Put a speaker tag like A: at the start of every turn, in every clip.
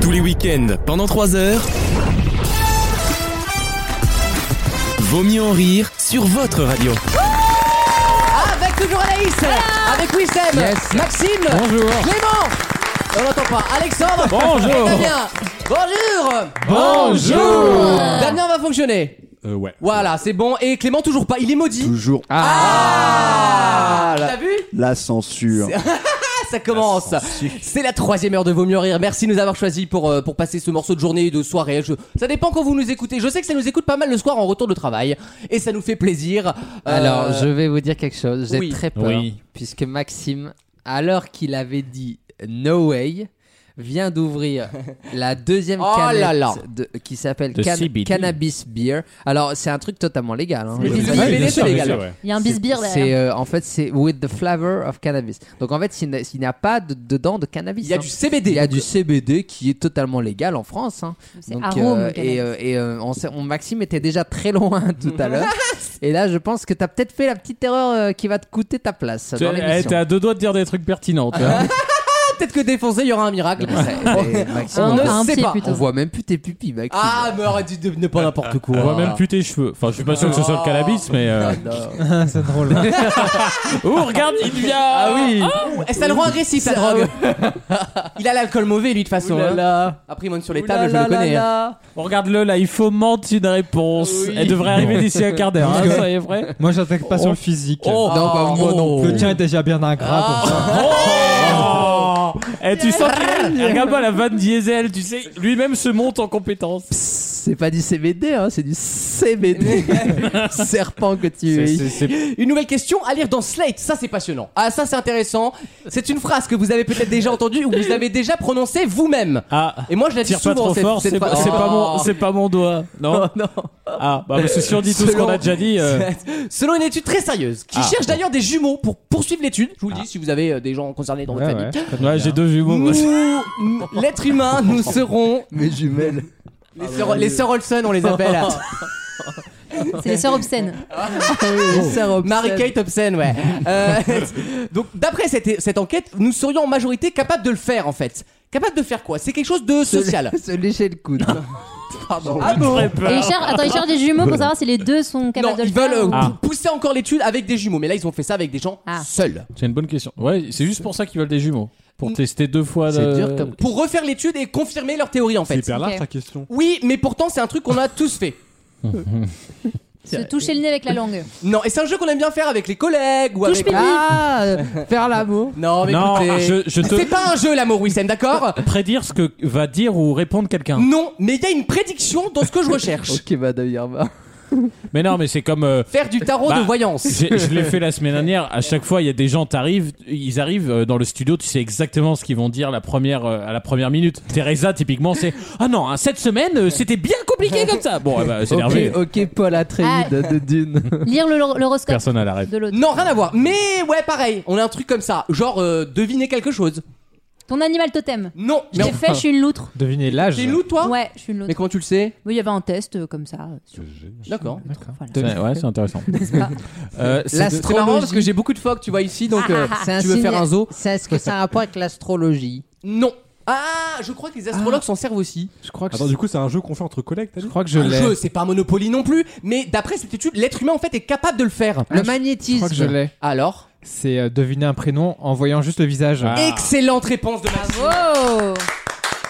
A: Tous les week-ends, pendant 3 heures. Vaut mieux en rire sur votre radio.
B: Avec toujours Anaïs, avec Wissem,
C: Yes.
B: Maxime,
C: Bonjour.
B: Clément, on n'entend pas, Alexandre,
C: Bonjour.
B: et Damien, bonjour,
C: Bonjour.
B: Damien va fonctionner.
D: Euh, ouais.
B: Voilà, c'est bon. Et Clément, toujours pas, il est maudit.
E: Toujours
B: Ah, T'as vu Ah,
E: la censure.
B: Ça commence. C'est la troisième heure de Vaut mieux rire. Merci de nous avoir choisi pour, euh, pour passer ce morceau de journée et de soirée. Je- ça dépend quand vous nous écoutez. Je sais que ça nous écoute pas mal le soir en retour de travail. Et ça nous fait plaisir. Euh,
C: Alors, je vais vous dire quelque chose. J'ai
B: oui.
C: très peur.
D: Oui.
C: Puisque Maxime, alors qu'il avait dit No Way, vient d'ouvrir la deuxième
B: Oh
C: canette
B: là là.
C: de- qui s'appelle
D: De
C: can-
D: CBD.
C: Cannabis Beer. Alors, c'est un truc totalement légal. hein.
B: Mais
C: Je
B: dis-
C: sais
B: dis-
C: pas
B: dis-
C: si-
B: dis- c'est légal.
D: ouais.
F: Il y a un bisbir
C: C'est-
F: derrière.
C: c'est, euh, en fait, c'est with the flavor of cannabis. Donc en fait, il n'a- il n'y a pas de- dedans de cannabis.
B: Il y a
C: hein.
B: du CBD.
C: Il y a du CBD qui est totalement légal en France. hein.
F: C'est
C: Donc,
F: arôme,
C: euh,
F: le cannabis.
C: et euh, et, euh, on, s'est- on- Maxime était déjà très loin tout à l'heure. et là, je pense que t'as peut-être fait la petite erreur euh, qui va te coûter ta place
D: Tu-
C: dans
D: eh,
C: l'émission.
D: T'es à deux doigts de dire des trucs pertinents. tu vois.
B: Peut-être que défoncé, il y aura un miracle.
C: Et
B: On
C: Maxime, on,
B: ne
F: un
B: sait
F: pied
B: pas.
F: plutôt.
C: on voit même plus tes pupilles, Maxime.
B: Ah, mais arrête de ne pas n'importe quoi.
E: Ah.
D: On voit même plus tes cheveux. Enfin, je suis pas sûr que ce soit le cannabis, mais. euh,
G: C'est drôle.
D: hein. Oh, regarde, il vient
B: Ah oui Eh, Ça le rend agressif, sa drogue. il a l'alcool mauvais, lui, de toute façon. hein. Après, il monte sur les tables, je le connais. hein.
D: Bon, Regarde-le, là, il fomente une réponse.
B: Oui.
D: Elle devrait arriver d'ici un quart d'heure, hein, ça y est vrai
G: Moi, j'attaque pas sur le physique.
B: Oh,
C: Non, bah, moi non
G: Le tien est déjà bien ingrat pour ça.
D: Ah. Oh Eh, tu sens qu'il Regarde-moi la vanne diesel, tu sais, lui-même se monte en compétence.
C: C'est pas du CBD, hein, c'est du CBD. Serpent que tu es.
B: Une nouvelle question à lire dans Slate, ça c'est passionnant. Ah ça c'est intéressant. C'est une phrase que vous avez peut-être déjà entendue ou que vous avez déjà prononcée vous-même.
D: Ah
B: Et moi je la dis
D: Tire pas
B: souvent
D: trop
B: cette-
D: fort,
B: cette
D: c'est pas,
B: phrase.
D: c'est pas mon,
B: Oh.
D: c'est pas mon doigt. Non
B: non.
D: Ah, bah, parce que si on dit tout ce qu'on a déjà dit. euh,
B: Selon une étude très sérieuse, qui
D: Ah.
B: cherche d'ailleurs des jumeaux pour poursuivre l'étude, je vous
C: Ah.
B: le dis si vous avez euh, des gens concernés dans votre
G: Ouais,
B: famille.
G: ouais, je connais
D: Ouais,
G: bien.
D: j'ai deux jumeaux, moi.
B: Nous, l'être humain, nous serons
C: Mes jumelles.
B: les sœurs, les sœurs Olsen, on les appelle.
F: C'est les sœurs obscènes.
C: Oh,
B: Marie-Kate Hobson, ouais. Euh, donc, d'après cette, cette enquête, nous serions en majorité capables de le faire, en fait. Capable de faire quoi C'est quelque chose de social.
C: Se lécher le coude.
B: Pardon. Ah bon
F: Et ils cherchent, attends, ils cherchent des jumeaux pour savoir si les deux sont
B: Non,
F: capables de
B: ils
F: le faire
B: veulent euh,
F: ou-
D: Ah.
B: pou- pousser encore l'étude avec des jumeaux, mais là ils ont fait ça avec des gens
F: Ah.
B: seuls.
D: C'est une bonne question. Ouais, c'est juste pour ça qu'ils veulent des jumeaux. Pour tester deux fois.
C: C'est
D: le-
C: dur comme-
B: Pour refaire l'étude et confirmer leur théorie en
G: C'est
B: fait.
G: hyper large
F: Ok.
G: ta question.
B: Oui, mais pourtant c'est un truc qu'on a tous fait.
F: se toucher le nez avec la langue.
B: Non, et c'est un jeu qu'on aime bien faire avec les collègues ou
F: Touche
B: avec.
F: pipi.
C: Ah, euh, faire l'amour.
B: Non, mais
D: Non,
B: écoutez.
D: je, je
B: C'est
D: te
B: pas un jeu l'amour, Wissem, d'accord
D: prédire ce que va dire ou répondre quelqu'un.
B: Non, mais il y a une prédiction dans ce que je recherche.
C: Ok, madame Yerba.
D: Mais non, mais c'est comme. euh,
B: Faire du tarot
D: Bah,
B: de voyance.
D: j'ai- je l'ai fait la semaine dernière. À chaque fois, il y a des gens, t'arrives, ils arrivent euh, dans le studio, tu sais exactement ce qu'ils vont dire la première, euh, à la première minute. Teresa, typiquement, c'est Ah non, hein, cette semaine, euh, c'était bien compliqué comme ça. Bon, eh ben, c'est
C: Ok,
D: énervé.
C: ok, Paul Atreides de Dune.
F: Lire le- l'horoscope
D: Personne à l'arrêt.
F: de l'autre.
B: Non, rien à voir. Mais ouais, pareil, on a un truc comme ça. Genre, euh, deviner quelque chose.
F: Ton animal totem.
B: Non,
F: Je l'ai
B: mais
F: fait, je suis une loutre.
G: Devinez l'âge.
B: t'es loup, toi
F: Ouais, je suis une
B: Mais
F: loutre.
B: comment tu le sais
F: Oui, il y avait un test euh, comme ça. euh, sur-
B: D'accord.
F: voilà.
D: Ouais, ouais, c'est intéressant.
F: N'est-ce pas
D: Euh, c'est-
B: C'est marrant parce que j'ai beaucoup de phoques, tu vois, ici, donc euh,
C: C'est un
B: tu veux
C: signe-
B: faire un zoo
C: C'est- Est-ce que ça a un rapport avec l'astrologie
B: Non. Ah, je crois que les astrologues s'en servent aussi.
G: Je crois que
E: Attends, du coup, c'est un jeu qu'on fait entre collègues, t'as
G: je
E: dit
G: crois que je
B: un
G: l'ai.
B: jeu, c'est pas un Monopoly non plus, mais d'après cette étude, l'être humain en fait est capable de le faire.
C: Ah, Le
G: Je
C: magnétisme.
G: crois que je l'ai.
B: Alors
G: C'est euh, deviner un prénom en voyant juste le visage.
D: Ah.
B: Excellente réponse de Maxime.
F: Wow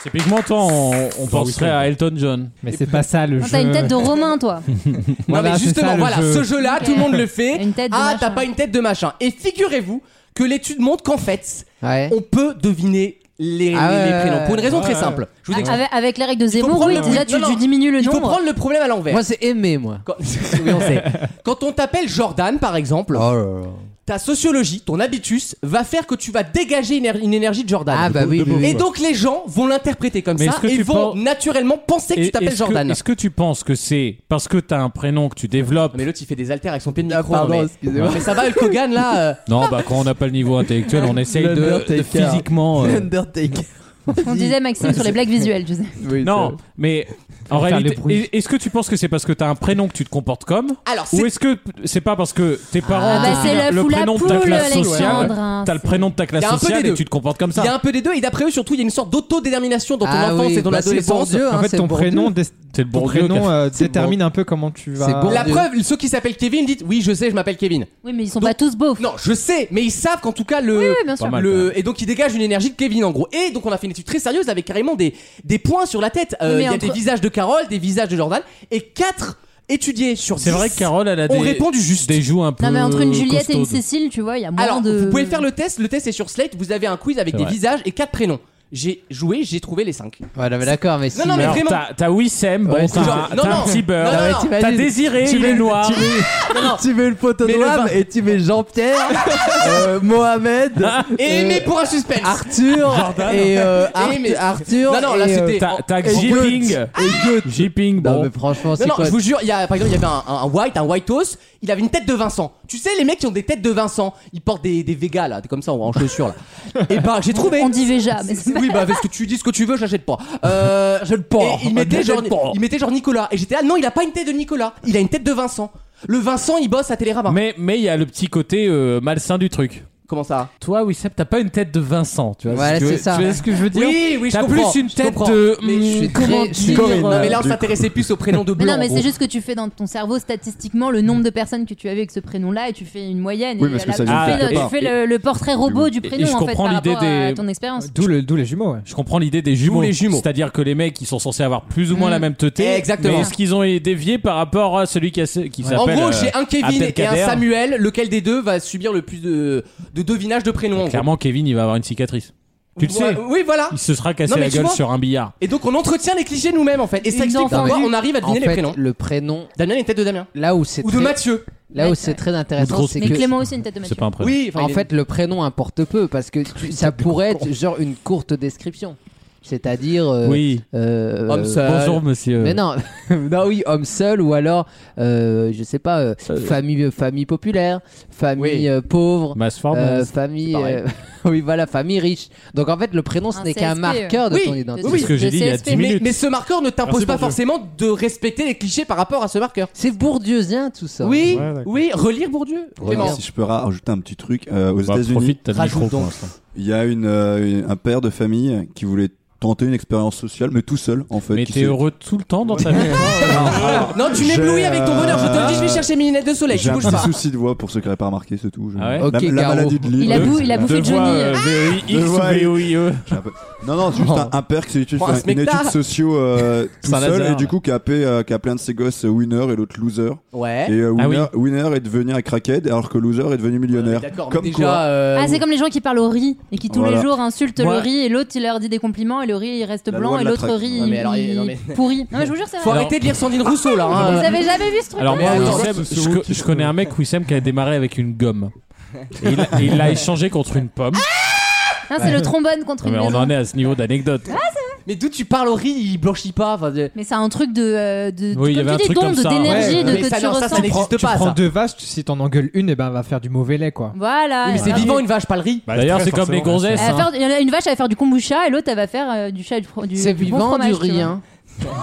D: Typiquement, toi, on, on penserait à Elton John.
G: Mais c'est pas ça le
F: Non,
G: jeu.
F: Ah, T'as une tête de Romain, toi.
B: Non,
G: Voilà,
B: mais
G: c'est
B: justement,
G: ça, le
B: voilà,
G: jeu.
B: ce jeu-là,
F: Ok.
B: tout le monde le fait.
F: Une tête de
B: ah,
F: machin.
B: t'as pas une tête de machin. Et figurez-vous que l'étude montre qu'en fait,
C: Ouais.
B: on peut deviner les,
C: Ah
B: les- les
C: ouais,
B: prénoms. Pour une raison
G: ouais,
B: très
G: ouais.
B: simple. Je vous explique.
F: Ah, Avec, avec les règles de Zemmour,
B: prendre
F: oui,
B: le-
F: déjà tu,
B: Non,
F: tu
B: non.
F: diminues le hein.
B: Il faut
F: nombre.
B: prendre le problème à l'envers.
C: Moi, c'est aimé, moi.
B: Quand... Oui, on sait. Quand on t'appelle Jordan, par exemple, ta sociologie, ton habitus, va faire que tu vas dégager une, éner- une énergie de Jordan.
C: Ah, bah oui, oui, oui.
B: Et donc les gens vont l'interpréter comme
D: Mais
B: ça
D: est-ce que
B: et
D: tu
B: vont
D: penses-
B: naturellement penser que
D: Et-
B: tu t'appelles
D: est-ce que-
B: Jordan.
D: Est-ce que tu penses que c'est parce que t'as un prénom que tu développes
B: Mais l'autre il fait des haltères avec son pied de micro.
C: pardon,
B: non, mais...
C: excusez-moi.
B: Non, mais ça va, le Kogan là. euh,
D: Non, bah quand on n'a pas le niveau intellectuel, on essaye de,
C: L'Undertaker.
D: de physiquement. euh,
C: Undertaker.
F: On disait Maxime sur les blagues visuelles, tu sais.
C: Oui,
D: Non, mais En
G: Faire les
D: réalité,
G: bruits.
D: est- est-ce que tu penses que c'est parce que t'as un prénom que tu te comportes comme
B: Alors, c'est
D: Ou est-ce que c'est pas parce que tes parents
F: Ah,
D: te
F: bah,
D: filent
F: c'est l'œuf
D: le
F: ou la
D: prénom de ta
F: poule,
D: classe sociale
F: Alexandre, hein,
D: T'as le
F: c'est-
D: prénom de ta
B: Il
D: classe
B: y a un peu
D: sociale
B: des
D: et
B: deux.
D: tu te comportes comme
B: Il y a
D: ça.
B: un peu des deux, et d'après eux, surtout, il y a une sorte d'autodétermination dans ton
C: Ah
B: enfance
C: oui,
B: et dans
C: bah, c'est
B: l'adolescence.
C: Bourdieu, hein,
G: en fait,
C: c'est
G: ton
C: Bourdieu.
G: prénom, dé-
D: C'est le
G: ton
D: bon Dieu qui a
G: prénom euh,
C: c'est
G: détermine un peu comment tu vas.
C: C'est bon.
D: Ah,
B: La
C: Dieu.
B: preuve, ceux qui s'appellent Kevin, dites oui, je sais, je m'appelle Kevin.
F: Oui, mais ils sont
B: Donc-
F: pas tous beaux.
B: Non, je sais, mais ils savent qu'en tout cas le.
F: Oui, bien sûr.
D: Pas mal,
B: le- et donc il dégage une énergie de Kevin en gros. Et donc on a fait une étude très sérieuse avec carrément des, des points sur la tête. Euh,
F: Oui, mais
B: il y a
F: entre-
B: des visages de Carole, des visages de Jordan et quatre étudiés sur
D: C'est
B: 10.
D: vrai que Carole, elle a des,
B: euh, On répond du juste.
D: des joues un peu.
F: Non, mais entre une Juliette et une
D: costaudes.
F: Cécile, tu vois, il y a moins
B: Alors
F: de.
B: vous pouvez faire le test. Le test est sur Slate. Vous avez un quiz avec
D: C'est
B: des
D: vrai.
B: visages et quatre prénoms. J'ai joué, j'ai trouvé les cinq.
C: Ouais, non, mais d'accord, mais si.
B: non, mais
D: Alors,
B: vraiment.
D: t'as- T'as Wissem, bon,
C: Ouais,
D: t'as
B: genre-
D: un-
B: non,
D: t'as un
B: non.
D: petit
B: Non, non,
D: beurre.
C: Ah,
B: non.
C: mais
D: T'as
C: t'imagines,
D: désiré, il est noir.
B: Non, non.
C: Tu mets le poteau
B: Mais le
C: noir
B: vin.
C: et tu mets Jean-Pierre, euh, Mohamed,
B: Et
C: euh,
B: aimé pour un suspense.
D: Ah,
C: Arthur et euh, Ar-
B: mais-
C: Arthur.
B: Non, non, là,
C: et, euh,
B: c'était- Ah
D: T'as t'as
C: et Goethe.
D: Jipping.
C: Et Goethe.
D: Jipping,
C: Non,
D: bon.
C: mais franchement, c'est
B: Non, non,
C: quoi
B: je vous jure, il y a, par exemple, il y avait un, un- un white, un white house, il avait une tête de Vincent. Tu sais, les mecs qui ont des têtes de Vincent, ils portent des, des Vegas, là, comme ça, en en chaussures, là. Et bah, j'ai trouvé.
F: On dit Véja, mais c'est pas-
B: Oui, bah, parce que tu dis ce que tu veux, je l'achète pas. Euh, je le
D: porte,
B: Il mettait,
D: je le
B: genre,
D: porte.
B: il mettait genre Nicolas. Et j'étais là, non, il a pas une tête de Nicolas, il a une tête de Vincent. Le Vincent, il bosse à Télérama.
D: Mais mais il y a le petit côté euh, malsain du truc.
B: Comment ça
D: Toi, Wissem, t'as pas une tête de Vincent, tu vois.
C: Voilà,
D: tu veux-
C: c'est ça.
D: Tu vois ce que je veux dire
B: Oui, oui, je
D: T'as
B: comprends,
D: plus une
B: je
D: tête
B: comprends.
D: de.
B: Mais je suis
D: hmm,
C: très-
D: comment
C: je
D: dire
C: suis
B: Non,
D: euh,
B: mais là, on s'intéressait plus au prénom de
F: Mais
B: Blanc.
F: non, mais
B: en gros.
F: c'est juste que tu fais dans ton cerveau statistiquement le nombre de personnes que tu as avec ce prénom-là et tu fais une moyenne.
E: Oui,
F: et
E: parce que
F: la-
E: ça
F: tu
D: vient de
F: fais le-
D: quelque part.
F: tu fais le, le portrait robot du
D: Et- et
F: prénom
D: je
F: en fait
D: comprends
F: par
D: l'idée
F: rapport à
D: des-
F: ton expérience.
G: D'où le- d'où les jumeaux, ouais.
D: Je comprends l'idée des jumeaux.
B: les jumeaux. Hmm.
D: C'est-à-dire que les mecs, ils sont censés avoir plus ou moins
F: Mm.
D: la même teuté.
B: Exactement.
D: Mais est-ce qu'ils ont été déviés par rapport à celui qui, a- qui s'appelle.
B: En gros,
D: euh,
B: j'ai un Kevin et un
D: Abdelkader.
B: Samuel. Lequel des deux va subir le plus de, de devinage de prénoms en gros.
D: Clairement, Kevin, il va avoir une cicatrice. Tu le
B: Ouais,
D: sais.
B: Oui, voilà.
D: Il se sera cassé
B: Non, mais
D: la
B: tu
D: gueule
B: vois-
D: sur un billard.
B: Et donc on entretient les clichés nous-mêmes en fait. Et ça
F: Ils
B: explique
F: en font
B: pourquoi
F: vu.
B: on arrive à
C: En
B: deviner les
C: fait,
B: prénoms.
C: le prénom,
B: Damien est une tête de Damien.
C: là où c'est
B: Ou de
C: très,
B: Mathieu.
C: là où
F: Ouais,
C: c'est
F: ouais.
C: très
D: Ou de
C: intéressant,
D: Rose-
C: c'est
F: Mais
C: que
F: Clément aussi une tête de
D: C'est
F: Mathieu.
D: pas un problème.
B: Oui, enfin,
C: en
B: il est-
C: fait le prénom importe peu parce que tu- ça pourrait être genre une courte description, c'est-à-dire euh,
D: Oui.
C: euh,
B: Homme seul. Euh.
D: Bonjour, monsieur.
C: Mais non, non oui, homme seul ou alors, euh, je sais pas, euh, famille, famille populaire, famille
B: Oui.
C: euh, pauvre,
D: Masford.
C: euh,
B: c'est
C: famille,
B: pareil.
C: euh, oui voilà, famille riche. Donc en fait, le prénom ce
F: Un
C: n'est qu'un
F: CSP,
C: marqueur de
B: oui.
C: ton
B: Oui,
C: identité.
D: C'est ce que j'ai dit il y a 10
F: Mais-
B: mais,
D: minutes. Ah,
B: mais ce marqueur ne t'impose
D: Merci,
B: pas
D: Bourdieu.
B: forcément de respecter les clichés par rapport à ce marqueur.
C: C'est bourdieusien tout ça.
B: Oui,
E: Ouais, d'accord.
B: oui, relire Bourdieu. Clément.
H: Si je peux rajouter un petit truc, euh, aux
D: Bah,
H: États-Unis,
D: profite, t'as le
B: Rajoute
D: micro pour
B: donc.
D: l'instant.
H: il y a une, euh, une- un père de famille qui voulait tenter une expérience sociale, mais tout seul en fait.
D: Mais
H: qui
D: t'es
H: s'est-
D: heureux tout le temps dans ta vie.
B: Non, tu
H: Je-
B: m'éblouis avec ton bonheur. Je te le dis, je vais chercher mes lunettes de soleil.
H: J'ai
B: Tu
H: un
B: bouges
H: petit
B: pas.
H: souci de voix pour ceux qui n'avaient pas remarqué, c'est tout. Je-
D: Ah ouais
H: La-
C: Ok,
H: la,
C: Caro.
H: maladie de
F: Il
H: l'île.
F: a, bou- il a bouffé
D: Deux voix,
F: Johnny.
D: euh,
H: Deux
D: VOIX ou
H: voix,
D: VOIE.
H: J'ai un peu- Non, non, c'est juste un, un père qui s'est étudié
B: Prends
H: faire
B: un
H: une étude
B: smecta.
H: socio euh, tout
D: C'est un
H: seul
D: hasard,
H: et du
D: là.
H: coup qui a appelé, euh, qui a appelé un de ses gosses euh, winner et l'autre loser.
B: Ouais.
H: Et euh,
D: Ah oui.
H: winner, winner est devenu un crackhead alors que loser est devenu millionnaire.
B: D'accord, mais
H: Comme
B: déjà.
H: quoi.
B: euh,
F: Ah, c'est comme les gens qui parlent au riz et qui tous
H: Voilà.
F: les jours insultent
D: Moi-
F: le riz et l'autre il leur dit des compliments et le riz il reste
H: La
F: blanc
H: loi
F: et
H: de la
F: l'autre
H: traque.
F: riz
B: Non,
F: il
B: mais alors, il- non, mais-
F: pourrit. Non mais je vous jure c'est
B: Faut
F: vrai.
B: arrêter de lire
F: Ah,
B: Sandrine Rousseau là. hein.
F: Vous avez jamais vu ce truc
D: Alors,
B: Mais
D: moi,
B: attends,
D: Wissem,
E: c'est
D: je,
E: vous
D: co-
E: qui
D: je connais un mec, Wissem, qui a démarré avec une gomme. Et il et il l'a échangé contre une pomme.
F: Non, c'est le trombone contre
D: Non,
F: une
D: mais on
F: maison.
D: en est à ce niveau d'anecdote.
B: Mais d'où tu parles au riz, il blanchit pas. enfin, de-
F: Mais c'est un truc de, euh, de
D: Oui, il y
F: comme
D: avait un
F: tu dis,
D: truc
F: d'onde,
D: comme ça.
F: d'énergie,
B: Ouais,
F: de
B: mais
F: que
B: ça,
F: tu
B: non, ça,
F: ressens.
B: ça n'existe
G: tu
B: pas,
G: prends
B: ça.
G: deux vaches, tu- si t'en engueules une, et ben elle va faire du mauvais lait quoi.
F: Voilà.
B: Oui, mais c'est
F: Alors,
B: vivant une vache, pas le riz.
E: Bah,
D: D'ailleurs,
E: très
D: c'est comme les
E: forcément,
D: gonzesses.
F: elle va
D: hein.
F: faire- il y en a une vache, elle va faire du kombucha et l'autre, elle va faire euh, du chat et du, fro- du,
C: C'est
F: du bon
C: vivant
F: fromage,
C: du
F: tu vois.
C: riz. Hein.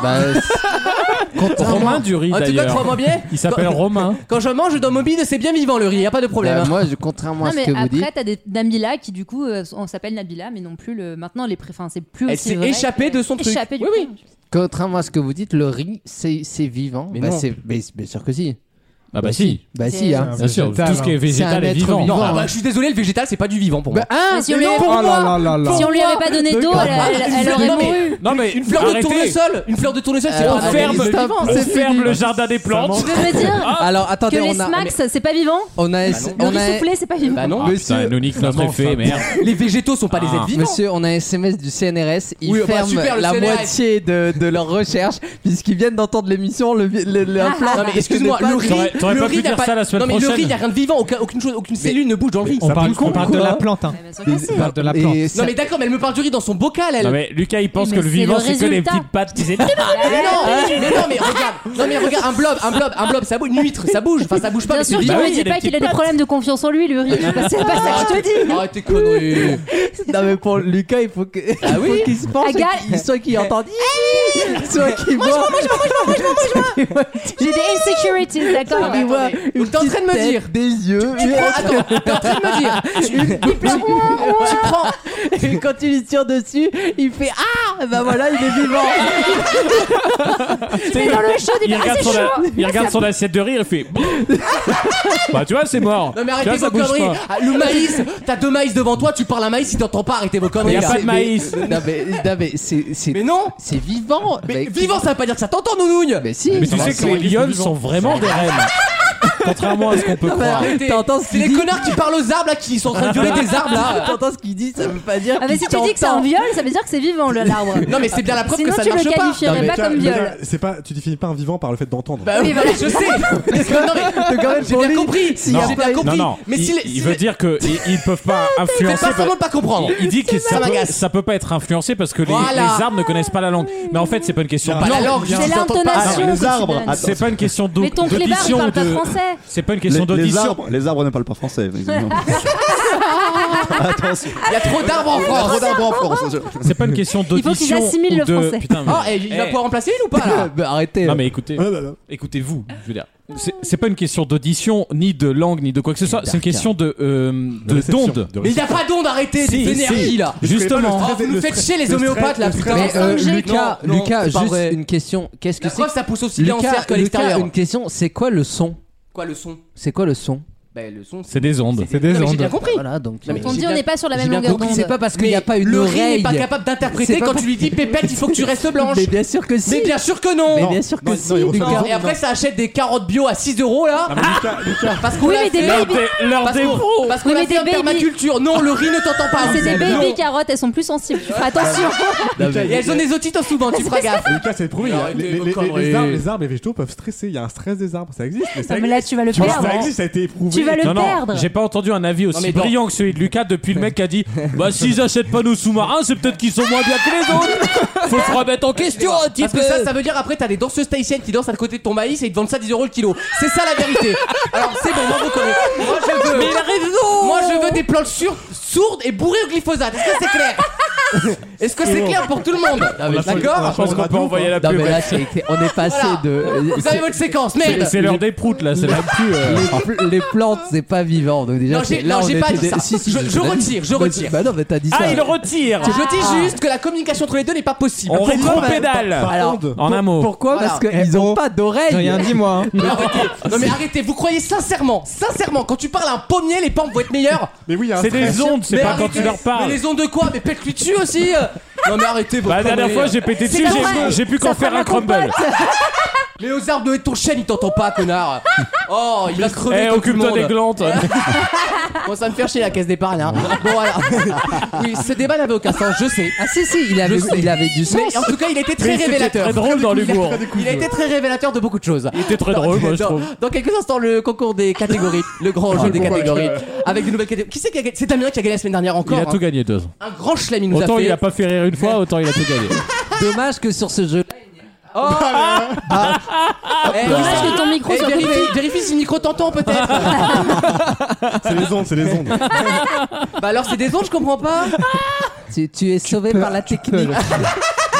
C: Bah, c'est-
D: Romain
C: contrairement-
D: Dury,
B: En tout cas,
D: d'ailleurs.
B: Ah, crois-moi bien.
D: Il s'appelle
B: quand-
D: Romain.
B: Quand je mange dans mon bide, c'est bien vivant le riz, y a pas de problème. hein.
C: Bah, moi, je- contrairement à
F: Non,
C: ce
F: mais
C: que vous dites,
F: après, t'as des Nabila qui, du coup, euh, on s'appelle Nabila, mais non plus le. Maintenant, les pré... enfin, c'est plus
B: Elle
F: aussi
B: s'est
F: vrai
B: échappée
F: que-
B: de son truc.
F: Échappée du
B: Oui, oui.
F: prénom.
C: contrairement à ce que vous dites, le riz, c'est c'est vivant.
B: Mais
C: Bah,
B: non.
C: c'est- mais bien sûr que si.
D: Ah bah si,
C: Bah
F: C'est-
C: si. Hein.
D: bien sûr. Tout ce qui est végétal
C: C'est un
D: est
C: être
D: vivant.
C: vivant.
B: Non, ah
C: hein.
B: bah, je suis désolé, le végétal c'est pas du vivant pour moi.
C: Bah, hein,
F: Mais si on
C: mais
F: lui-
C: non,
G: Oh là là là là.
F: Si on lui avait pas donné d'eau, elle, elle- elle
B: Une fleur-
F: aurait
B: non, mais-
F: mouru.
D: Non mais
B: Une fleur de
D: arrêtez.
B: tournesol Une fleur de tournesol, c'est
C: Euh,
B: pas
D: On
B: un
D: ferme,
B: organisme
C: Stop,
B: vivant.
D: on
C: c'est
D: ferme
C: fini.
D: le jardin des plantes.
F: Tu veux me dire
C: Alors attendez,
F: que les
C: on a,
F: Smax, c'est pas vivant
C: on a,
B: Bah non.
F: Le
C: on a-
F: riz soufflé, c'est pas vivant.
B: Bah non,
D: Ah, putain, elle nous nique notre effet, merde.
B: les végétaux sont pas des
D: Ah.
B: êtres vivants.
C: Monsieur, on a un SMS du CNRS. Ils
B: Oui, bah,
C: ferment
B: super, le
C: la
B: CNRS.
C: moitié de, de leur recherche puisqu'ils viennent d'entendre l'émission. Le, vi- le, le- un plan ah.
B: Non mais excuse-moi,
C: n'est pas
B: le riz,
D: J'aurais- T'aurais
B: Le
D: pas
B: riz
D: pu
B: n'a
D: dire
B: pas-
D: ça la semaine
B: non, mais le riz, il
D: prochaine.
B: n'y a rien de vivant, aucun- aucune, chose, aucune cellule ne bouge dans le riz.
D: On parle, on
G: On
D: parle
G: parle de
D: de
G: la plante. hein.
F: Ouais, bien sûr que si.
G: On parle de la
C: Et
G: plante.
C: ça-
B: Non, mais d'accord, mais elle me parle du riz dans son bocal, elle.
D: Non mais Lucas il pense
F: Oui,
D: que
F: mais
D: le
F: c'est
D: vivant
F: le
D: c'est que les
F: résultat.
D: petites pattes. qui s'é-
B: Mais
D: Ah.
B: non, mais non, mais regarde, non mais regarde, un blob, un blob, un blob, ça bouge, une huître, ça bouge, enfin ça bouge pas,
F: Bien
B: mais c'est
F: sûr qu'il
D: Bah
B: vivant.
D: oui,
F: me
D: il y
F: dit
D: a des
F: pas qu'il a
D: petites
F: des
D: pattes.
F: problèmes de confiance en lui, le riz. C'est pas c'est pas ça que je te dis.
B: Ah, tes conneries.
C: Non, mais pour Lucas, il faut que-
B: Ah
C: il faut
B: oui Eh,
C: qu'il se pense, et
F: Agathe-
C: qu'il- soit qu'il entende, soit qu'il voit,
F: J'ai des insecurities, d'accord
B: Ah, mais
C: qu'il voit
B: attendez.
C: une
B: T'es en train de me
C: petite
B: dire.
C: tête, des yeux.
B: Tu prends, attends, t'es en train de me dire, tu, tu prends,
C: Et quand il lui tire dessus, il fait Ah
B: ben
C: Bah voilà, il est vivant
D: C'est-
F: dans le chaud, il
D: il
F: dit, ah,
D: regarde
F: c'est
D: son,
F: chaud.
D: il regarde son assiette de rire, il fait. bah tu vois c'est mort.
B: non mais
D: tu
B: arrêtez
D: vois, ça
B: vos
D: bouge
B: conneries,
D: pas.
B: Ah, le maïs, t'as deux maïs devant toi, tu parles un maïs, il t'entend pas, arrêtez vos
D: Il
B: conneries.
D: y a pas
B: C'est-
D: de maïs.
C: Non, mais, non, mais c'est, c'est,
B: Mais non,
C: c'est vivant
B: mais
C: Bah,
B: vivant ça veut pas dire que ça t'entend nounougne
C: Mais si
D: Mais tu sais que les lionnes sont vraiment des reines. Contrairement à ce qu'on peut croire.
B: Arrêtez.
C: T'entends ce
B: C'est
C: qu'il
B: les
C: dit
B: connards qui parlent aux arbres là, qui sont en train de violer des arbres là.
C: T'entends ce qu'il dit, ça veut pas dire
F: Ah, mais si
C: qu'il
F: tu dis que c'est un
C: t'entend.
F: viol, ça veut dire que c'est vivant, le- l'arbre.
B: Non mais c'est bien la preuve
F: Sinon,
B: que ça
F: tu
B: ne marche
F: le
B: pas.
F: qualifierais pas comme viol.
E: C'est pas, tu définis pas un vivant par le fait d'entendre.
B: Bah oui,
F: Oui, voilà.
B: je sais. Parce que non mais
C: Donc, en fait,
B: j'ai
C: pour
B: bien
C: lui,
B: compris.
C: s'il y a
B: j'ai
C: pas
B: bien
C: eu-
B: compris.
D: Non, non.
B: Mais
D: il,
B: si, le-
D: il
B: si
D: veut
B: le-
D: dire que ils, ils peuvent pas
B: c'est
D: influencer.
B: pas
D: par-
B: seulement de pas comprendre.
D: Il, il dit que ça peut,
B: m'agace.
D: ça peut pas être influencé parce que les,
B: Voilà.
D: les arbres ne connaissent pas la langue. Mais en fait, c'est pas une question.
B: Pas la langue,
F: C'est
B: ils entendent pas.
F: l'intonation.
H: les
F: que tu
H: arbres.
F: donnes.
H: Attends,
D: C'est pas une question d'au-
F: Mais ton clébard, il
D: d'audition
F: parle
D: ou
F: pas
D: Ah, de.
F: français.
D: C'est pas une
H: Les,
D: question
H: les
D: d'audition.
H: arbres, les arbres ne parlent pas français.
E: Ah,
H: Attention.
B: Il y
F: Ah,
B: a trop d'arbres en France.
H: Trop d'arbres Ah, en France.
D: C'est pas une question
F: qu'ils
D: d'audition.
F: assimilent
D: ou
F: le
D: de-
F: français.
D: Putain, mais-
B: Oh, et il va
D: Eh,
B: pouvoir Hein en placer une ou pas là
C: Bah, arrêtez
D: Non mais écoutez,
E: Ah là là.
D: écoutez-vous, je veux dire. C'est- C'est pas une question d'audition, ni de langue, ni de quoi que ce soit. C'est une question de euh, de
E: réception,
D: d'onde.
E: de
B: Mais il n'y a pas d'onde arrêtée,
D: Si,
B: d'énergie
D: si.
B: là.
D: Justement.
B: Oh, vous nous
E: le
B: faites
E: stress-
B: chier les
E: le stress-
B: homéopathes là,
E: le
B: putain.
C: Mais euh,
F: 5G,
C: Lucas,
B: non,
C: Lucas
B: c'est pas
C: juste
B: vrai.
C: une question. Qu'est-ce que
B: La
C: c'est
B: preuve, ça pousse aussi bien en
C: Lucas,
B: serre qu'à
C: Lucas,
B: l'extérieur.
C: une question, c'est quoi le son
B: Quoi le son
C: C'est quoi le son
B: Ben le son.
D: C'est des ondes.
G: C'est des
B: Non, mais J'ai bien
G: ondes.
B: compris.
C: Voilà, donc.
B: Non, mais
C: euh,
F: On
B: J'ai
F: dit, on
B: bien-
F: n'est pas sur la même
C: j'ai bien
F: longueur
C: compris, c'est
F: d'onde.
C: pas parce qu'il
B: Mais
C: n'y a pas une
B: le riz
C: oreille.
B: n'est pas capable d'interpréter
C: C'est pas
B: quand
C: pour-
B: tu lui dis pépette, il faut que tu restes blanche.
C: Mais bien sûr que
B: Mais
C: si.
B: bien sûr que non.
C: Mais bien sûr que
E: non,
C: si,
E: non, il reçoit
C: Lucas.
E: un
B: Et après, ça achète des carottes bio à 6 euros là. Parce qu'on
F: Oui,
B: l'a
F: mais des
B: fait-
D: Leur
F: baby-
D: dé- Ah, leur
B: Parce
D: dé-
B: qu'on parce qu'on
F: Oui,
B: l'a
F: mais
B: fait
F: des
B: en
F: baby-
B: permaculture. Non, le riz ne t'entend pas.
F: Ah, C'est des
B: Non.
F: baby carottes, elles sont plus sensibles. Tu feras attention.
B: Et elles ont des otites souvent, tu feras gaffe.
E: Mais Lucas, c'est prouvé. il y a-
B: Arrêtez
E: Les,
B: vos
E: les- les-
B: conneries.
E: les arbres, les arbres, les végétaux peuvent stresser. Il y a un stress des arbres. Ça existe. Mais ça
F: Non, mais
E: existe.
F: là, tu vas le
E: Tu vois,
F: perdre. hein.
E: ça existe. Ça a été éprouvé.
F: Tu vas le
D: Non, non,
F: perdre.
D: j'ai pas entendu un avis
B: Non,
D: aussi
B: mais dans-
D: brillant que celui de Lucas depuis le mec qui a dit Bah, s'ils achètent pas nos sous-marins, c'est peut-être qu'ils sont moins bien que les autres Faut se remettre en question un petit
B: Parce
D: peu
B: que ça, ça veut dire après, t'as des danseuses tahitiennes qui dansent à côté de ton maïs et ils te vendent ça 10 euros le kilo. C'est ça la vérité. Alors c'est bon, moi vous connaissez. Moi je veux. Moi je veux des plantes sûres, sourdes et bourrées au glyphosate. Est-ce que c'est clair Est-ce que c'est clair pour tout le monde Ah,
E: on a
B: D'accord
D: Je pense qu'on peut
E: Radio,
D: envoyer la
C: Non,
D: pub.
C: mais
D: ouais.
C: là, c'est- c'est- on est passé
B: Voilà.
C: de. euh,
B: Vous avez votre séquence,
D: C'est-
B: merde
D: C'est l'heure des proutes là, c'est même plus. euh,
C: Les, les plantes, c'est pas vivant. Donc déjà,
B: Non, j'ai-
C: c'est- là,
B: non,
C: on
B: j'ai
C: était
B: pas dit
C: des-
B: ça.
C: Si, si,
B: Je-
C: tu
B: je
C: l'as dit.
B: retire, je
C: Bah,
B: retire.
C: Bah non, mais t'as dit
D: Ah,
C: ça.
D: il retire
B: Je dis juste que la communication entre les deux n'est pas possible.
D: On
C: Pourquoi
D: rétropédale
C: Alors,
D: En un mot.
C: Pourquoi Parce
B: Voilà.
C: qu'ils
G: Eh,
C: ont
G: oh.
C: pas
G: J'ai rien
C: d'oreille.
G: dit moi. hein.
B: Mais arrêtez. Non mais arrêtez, vous croyez sincèrement, sièrement quand tu parles à un pommier, les pommes vont être meilleures
E: Mais oui, il y a un
D: C'est des
E: stress.
D: ondes, c'est
B: Mais
D: pas quand
B: arrêtez.
D: tu leur parles.
B: Mais les ondes de quoi Mais pète-lui dessus aussi euh. Non mais arrêtez hein. vos
D: Bah, la dernière
B: conneries.
D: fois, j'ai pété dessus,
F: pas
D: j'ai-
F: vrai.
D: j'ai pu
F: Ça
D: qu'en
F: fera
D: faire
F: ma
D: un crumble.
B: Mais aux arbres de ton chêne, il t'entend pas, connard Oh, il va se crever
D: Eh,
B: comme tout le
D: occupe-toi
B: monde
D: des glantes.
B: Bon, ça me fait chier la caisse d'épargne, hein Bon, alors... Oui, ce débat n'avait aucun sens, je sais
C: Ah si, si, il avait, il avait du sens.
B: Mais en tout cas, il était très
D: Mais c'était
B: révélateur
D: très drôle dans l'humour.
B: Il a été très révélateur de beaucoup de choses
D: C'était très drôle, moi je
B: dans,
D: trouve. Ah,
B: dans quelques instants, le concours des catégories, le grand jeu des catégories, avec des nouvelles catégories. Qui c'est qui a gagné C'est Damien qui a gagné la semaine dernière
D: Il
B: encore.
D: a
B: hein.
D: tout gagné deux ans.
B: Un grand chelem, il nous a
D: Autant
B: fait.
D: il a pas fait rire une fois, autant il a tout gagné.
C: Dommage que sur ce jeu
B: Eh,
F: Dommage que ton micro
B: Eh,
F: soit coupé.
B: vérifie, vérifie si le micro t'entend peut-être.
E: C'est les ondes, c'est les ondes.
B: Bah alors c'est des ondes, je comprends pas.
C: tu, tu es sauvé par la technique.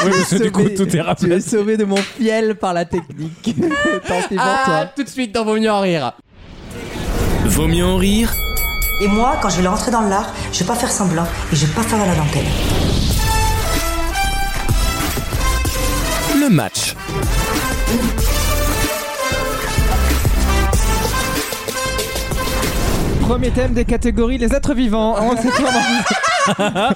D: Oui, parce que du coup, tout est
C: tu
D: rappelé.
C: es sauvé de mon fiel par la technique. Tant pis pour
B: Ah,
C: toi.
B: tout de suite dans Vaut mieux en rire.
A: Vaut mieux en rire
I: Et moi, quand je vais rentrer dans l'art, je vais pas faire semblant et je vais pas faire à la dentelle.
A: le match.
G: Premier thème des catégories les êtres vivants. Oh, On se tourne en-
C: Oh.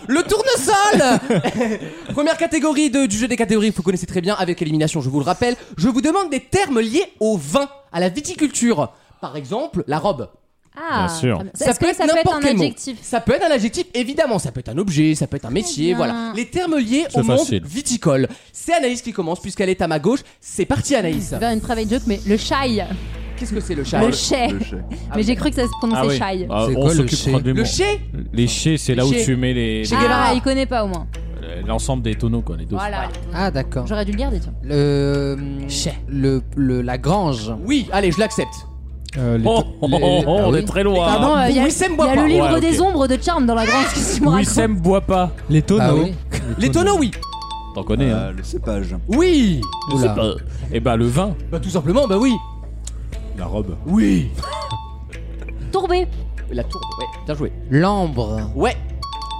B: Le tournesol Première catégorie de- du jeu des catégories que vous connaissez très bien avec élimination, je vous le rappelle. Je vous demande des termes liés au vin, à la viticulture. Par exemple, la robe.
F: Ah,
D: Bien sûr.
F: très Est-ce que ça peut être un adjectif
B: Ça peut être un adjectif, évidemment. Ça peut être un objet, ça peut être un métier,
F: bien.
B: voilà. Les termes liés
D: C'est
B: au monde
D: facile.
B: viticole. C'est Anaïs qui commence puisqu'elle est à ma gauche. C'est parti, Anaïs.
F: Vers une private joke, mais le chai.
B: Qu'est-ce que c'est le chai
F: Le chai.
H: Le chai.
F: Mais j'ai cru que ça se prononçait chai.
D: Ah,
C: C'est
D: on
C: quoi, le
D: s'occupera
C: chai
D: des
B: Le
D: mots.
B: chai
D: Les chais, c'est là où
B: Chais.
D: tu mets les-
B: Chais.
F: Ah, il connaît pas au moins.
D: les- l'ensemble des tonneaux, quoi, les doses.
F: Voilà.
C: Ah, d'accord.
F: J'aurais dû le garder, tiens.
C: Le,
B: Chais.
C: le, le- la grange.
B: Oui, allez, je l'accepte.
G: Euh, les-
D: Oh, oh, oh, oh,
C: bah
D: on
C: oui.
D: est très loin.
F: Pardon, euh, il y a,
B: Wissem
F: il y a
B: Boapa.
F: le livre
D: Ouais, ok.
F: des ombres de Charm dans la grande qu'est-ce que tu me racontes
D: Wissem boit pas.
G: Les
B: Bah
G: tonneaux.
C: Ah oui.
B: Les tonneaux, oui.
D: T'en connais, hein.
H: Euh, le cépage.
B: Oui.
D: Je sais pas. Eh ben, le vin.
B: Bah tout simplement, bah oui.
E: La robe.
B: Oui.
F: Tourbé.
B: La tour. Ouais, bien joué.
C: L'ambre.
B: Ouais.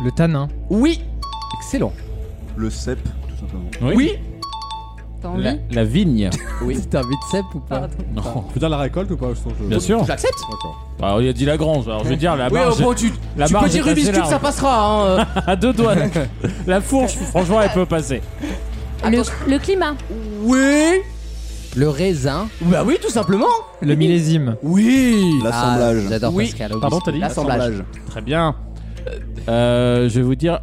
G: Le tanin.
B: Oui. Excellent.
H: Le cep, tout simplement.
B: Oui.
F: T'as envie
D: La, la vigne.
B: Oui.
C: T'as envie de cep ou pas
F: Pardon.
D: Non.
E: Je veux dire la récolte ou pas sinon je-
D: Bien sûr.
B: Je l'accepte.
D: Alors, Bah, il a dit la grange. Alors, je veux dire, la
B: Oui,
D: marge.
B: oh, bon, tu,
D: la
B: tu peux
D: marge
B: dire
D: est assez
B: Rubik's Cube,
D: large.
B: ça passera. Hein.
D: À deux doigts. la fourche, franchement, elle peut passer.
F: Le, le climat.
B: oui.
C: Le raisin.
B: Bah oui, tout simplement.
G: Le millésime.
B: Oui.
H: L'assemblage.
C: Ah, J'adore
B: Oui.
C: Pascal. Obispo.
D: Pardon, t'as dit
B: L'assemblage.
D: Très bien. Euh, je vais vous dire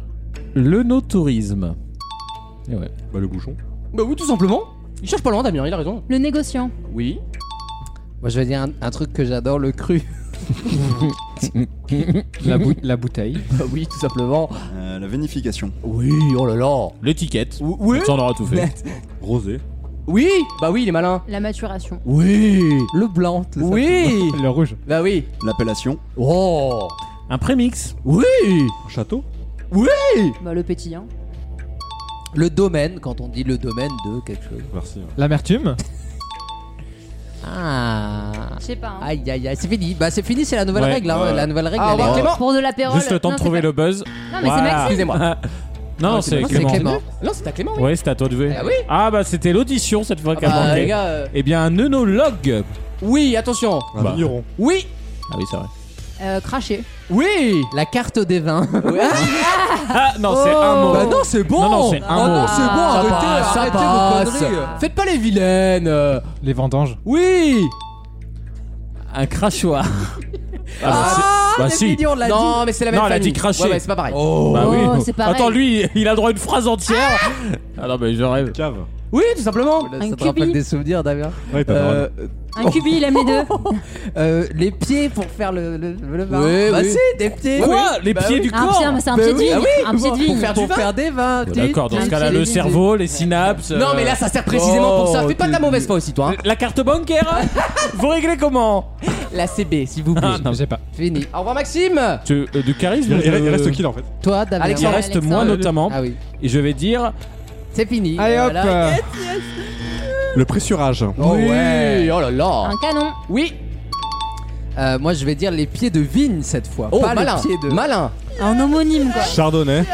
D: le no-tourisme. Et ouais.
E: Bah, le bouchon.
B: Bah oui, tout simplement. Il cherche pas loin, Damien. Il a raison.
F: Le négociant.
B: Oui.
C: Moi, je vais dire un, un truc que j'adore, le cru.
G: La, bou- la bouteille.
B: Bah oui, tout simplement.
H: Euh, la vénification.
B: Oui. Oh là là.
D: L'étiquette.
B: Oui.
D: Ça, on aura tout fait.
E: Rosé.
B: Oui. Bah oui, il est malin.
F: La maturation.
B: Oui.
C: Le blanc. tout
B: Oui.
G: Le rouge.
B: bah oui.
H: L'appellation.
B: Oh.
D: Un prémix.
B: Oui.
E: Un château.
F: Bah, le pétillant.
C: ça. Le domaine, quand on dit le domaine de quelque chose.
E: Merci.
G: L'amertume.
C: Ah.
F: Je sais pas. hein.
C: Aïe aïe aïe, c'est fini. Bah c'est fini, c'est la nouvelle
D: Ouais,
C: règle. hein.
D: ouais.
C: La nouvelle règle.
B: Ah,
C: elle est-
B: bah, Clément.
F: Pour de l'apéro.
D: Juste le temps de trouver le buzz.
F: Non, mais c'est Maxime.
B: Excusez-moi. Ah,
D: Non,
B: Ouais,
D: c'est
C: Ah, c'est
D: Clément.
C: Clément.
B: Non, c'est à Clément. Oui.
D: Ouais, c'est à toi de jouer.
B: Ah oui.
D: Ah bah c'était l'audition cette fois
B: Ah
D: qui a
B: bah, les
D: manqué.
B: gars, euh,
D: Eh bien, un œnologue.
B: oui, attention.
E: Un
D: Bah.
E: vigneron.
B: Oui,
D: Ah oui, c'est vrai.
F: Euh, craché.
B: oui.
C: La carte des vins.
D: Ah non, c'est un mot.
B: Bah non, c'est bon.
D: Non, non, c'est un
B: Ah
D: mot.
B: non, c'est bon.
F: Ah,
B: arrêtez,
C: ça
B: arrêtez
C: passe.
B: vos conneries. Faites pas les vilaines. euh,
G: Les vendanges.
B: Oui.
D: Un crachoir. Ah, bah,
B: c'est
D: si. bah si.
B: mignon, on l'a dit. mais c'est la
D: Non, elle a
B: famille.
D: dit cracher.
B: Ouais, ouais, c'est pas pareil.
D: Bah oui.
F: Oh, c'est pareil.
D: Attends, lui, il a droit à une phrase entière. Ah non, mais je rêve.
E: Cave.
B: Oui, tout simplement.
C: ça te
F: cubi.
C: rappelle des souvenirs Damien.
E: Ouais, t'as
B: Euh,
F: Un cubi, il aime les deux.
C: Euh, les pieds pour faire le, le, le vin.
B: Oui,
C: bah
B: oui.
C: si, des pieds.
D: Quoi Les
B: Bah
D: pieds
B: oui.
D: du
F: Un
D: corps
F: pied, mais c'est un
C: Bah
F: pied de
C: oui,
F: vigne.
C: ah oui,
F: un pied de
C: pour
F: vigne.
C: faire, pour faire des vins.
D: Bon, D'accord, dans ce cas-là, le cerveau, les synapses. euh,
B: Non, mais là, ça sert précisément pour ça. Fais pas de la mauvaise foi aussi, toi. hein.
D: La carte bancaire Vous réglez comment
B: La CB, s'il vous plaît.
D: Ah, non.
G: Je sais pas.
C: Fini.
B: Au revoir, Maxime.
D: Tu- euh, Du charisme
E: Il, il- il
D: je-
E: reste qui là en fait
C: Toi Damien.
D: Il
B: Alexandre.
D: reste moi
C: Alexandre.
D: notamment.
C: Ah oui.
D: Et je vais dire.
C: C'est fini.
G: Allez hop.
C: Voilà.
G: euh,
E: Le pressurage.
B: Oh ouais. Oh là là.
F: Un canon.
B: Oui.
C: Euh, moi je vais dire les pieds de vigne cette fois.
B: Oh,
C: pas
B: malin.
C: les pieds de.
B: Malin.
F: Un homonyme, quoi.
E: Chardonnay.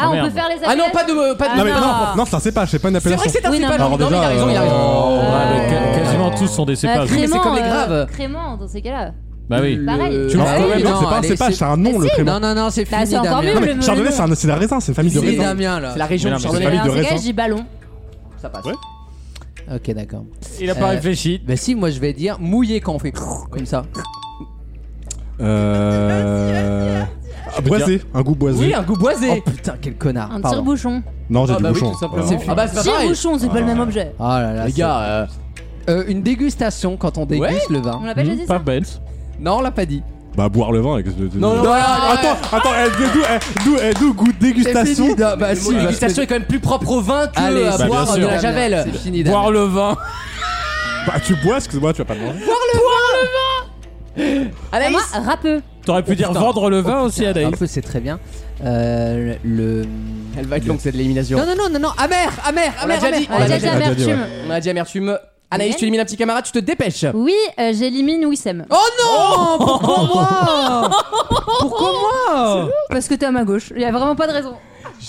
F: Ah, on
D: merde.
F: peut faire les
B: Ah non,
F: appels.
B: pas de. Pas de...
F: Ah
E: non, mais
F: non.
E: non, non, c'est un cépage, c'est pas une
B: C'est vrai
E: appellation.
B: que c'est un
F: Oui, non,
B: cépage.
F: mais-
B: Non,
E: Alors
B: mais il a
E: déjà,
B: raison, il a
E: euh,
B: raison.
E: oh,
D: Ah, bah,
F: ouais.
D: ca- quasiment tous sont des
F: Bah,
D: cépages.
B: mais c'est
F: Crément,
B: comme les
F: euh,
B: graves.
F: Crément, dans ces cas-là.
D: Bah oui.
F: Pareil.
B: Le-
D: Tu
E: Non,
D: vois,
C: Ah
D: quand
C: oui,
D: même,
E: non,
G: hein.
C: non,
E: c'est pas un
C: allez,
E: cépage,
C: c'est-
E: c'est un nom le prénom.
C: Non non non, c'est
F: Bah,
C: fini
F: c'est encore
C: Damien.
F: mieux.
E: Mais
F: le-
E: Chardonnay,
F: le-
E: c'est un- c'est la raisin, c'est une famille de
C: Fini
E: raisins.
C: Damien là.
B: C'est la région
D: Mais
B: du
D: non,
F: Mais
E: pas
B: Chardonnay.
E: lui
F: dans
E: de
F: ces cas,
E: raisin.
F: je dis ballon.
B: Ça passe.
E: Ouais.
C: Ok d'accord.
D: Il a pas
C: Euh,
D: réfléchi.
C: Bah si, moi je vais dire mouillé quand on fait comme ça.
E: Euh. Ah, Boisé, un goût boisé.
B: Oui, un goût boisé.
C: Oh putain, quel connard.
F: Un
C: Pardon.
F: tire-bouchon.
E: Non, j'ai
B: Ah
E: du
B: bah oui,
E: bouchon.
B: tout simplement.
E: Voilà.
B: Ah bah c'est pas pareil.
F: Tire-bouchon, c'est pas le même objet.
C: Oh là là,
B: Les
C: c'est-
B: gars, euh,
C: Euh, une dégustation quand on déguste le
F: On
C: vin.
F: l'a pas déjà
D: Hmm,
F: dit
D: Pas
F: ça
D: bête.
C: Non, on l'a pas dit.
E: Bah, boire le vin. qu'est-ce que tu-
B: Non, non, non,
D: Ah,
E: Attends, attends, eh, d'où, eh, d'où, eh, d'où goût de
C: C'est fini,
E: dégustation
C: da- bah
B: le
C: si,
B: mot
C: parce
B: dégustation est quand même plus propre au vin que
C: Allez,
B: à
C: c'est
B: boire
D: bien
B: de
D: sûr.
B: la
C: que-
B: javel.
C: C'est fini.
D: Boire
C: Damien.
D: le vin.
E: Bah, tu bois, excuse-moi, tu vas pas manger.
F: Ah,
B: Anaïs
F: Moi, rappeux.
D: T'aurais
B: Oh,
D: pu dire vendre le vin aussi,
C: Un
D: Anaïs.
C: peu, c'est très bien. Euh, le.
B: Elle va être longue, c'est de l'élimination.
C: Non, non, non, non, non, amer, amer,
B: On l'a
C: amer,
B: déjà
C: amer.
B: dit,
F: On l'a déjà
E: On
F: dit
E: l'a déjà dit,
F: amertume.
B: On a dit amertume. Anaïs, tu élimines un petit camarade, tu te dépêches.
F: Oui, euh, j'élimine Wissem.
C: Oh non Pourquoi moi Pourquoi moi
F: Parce que t'es à ma gauche. Il y a vraiment pas de raison.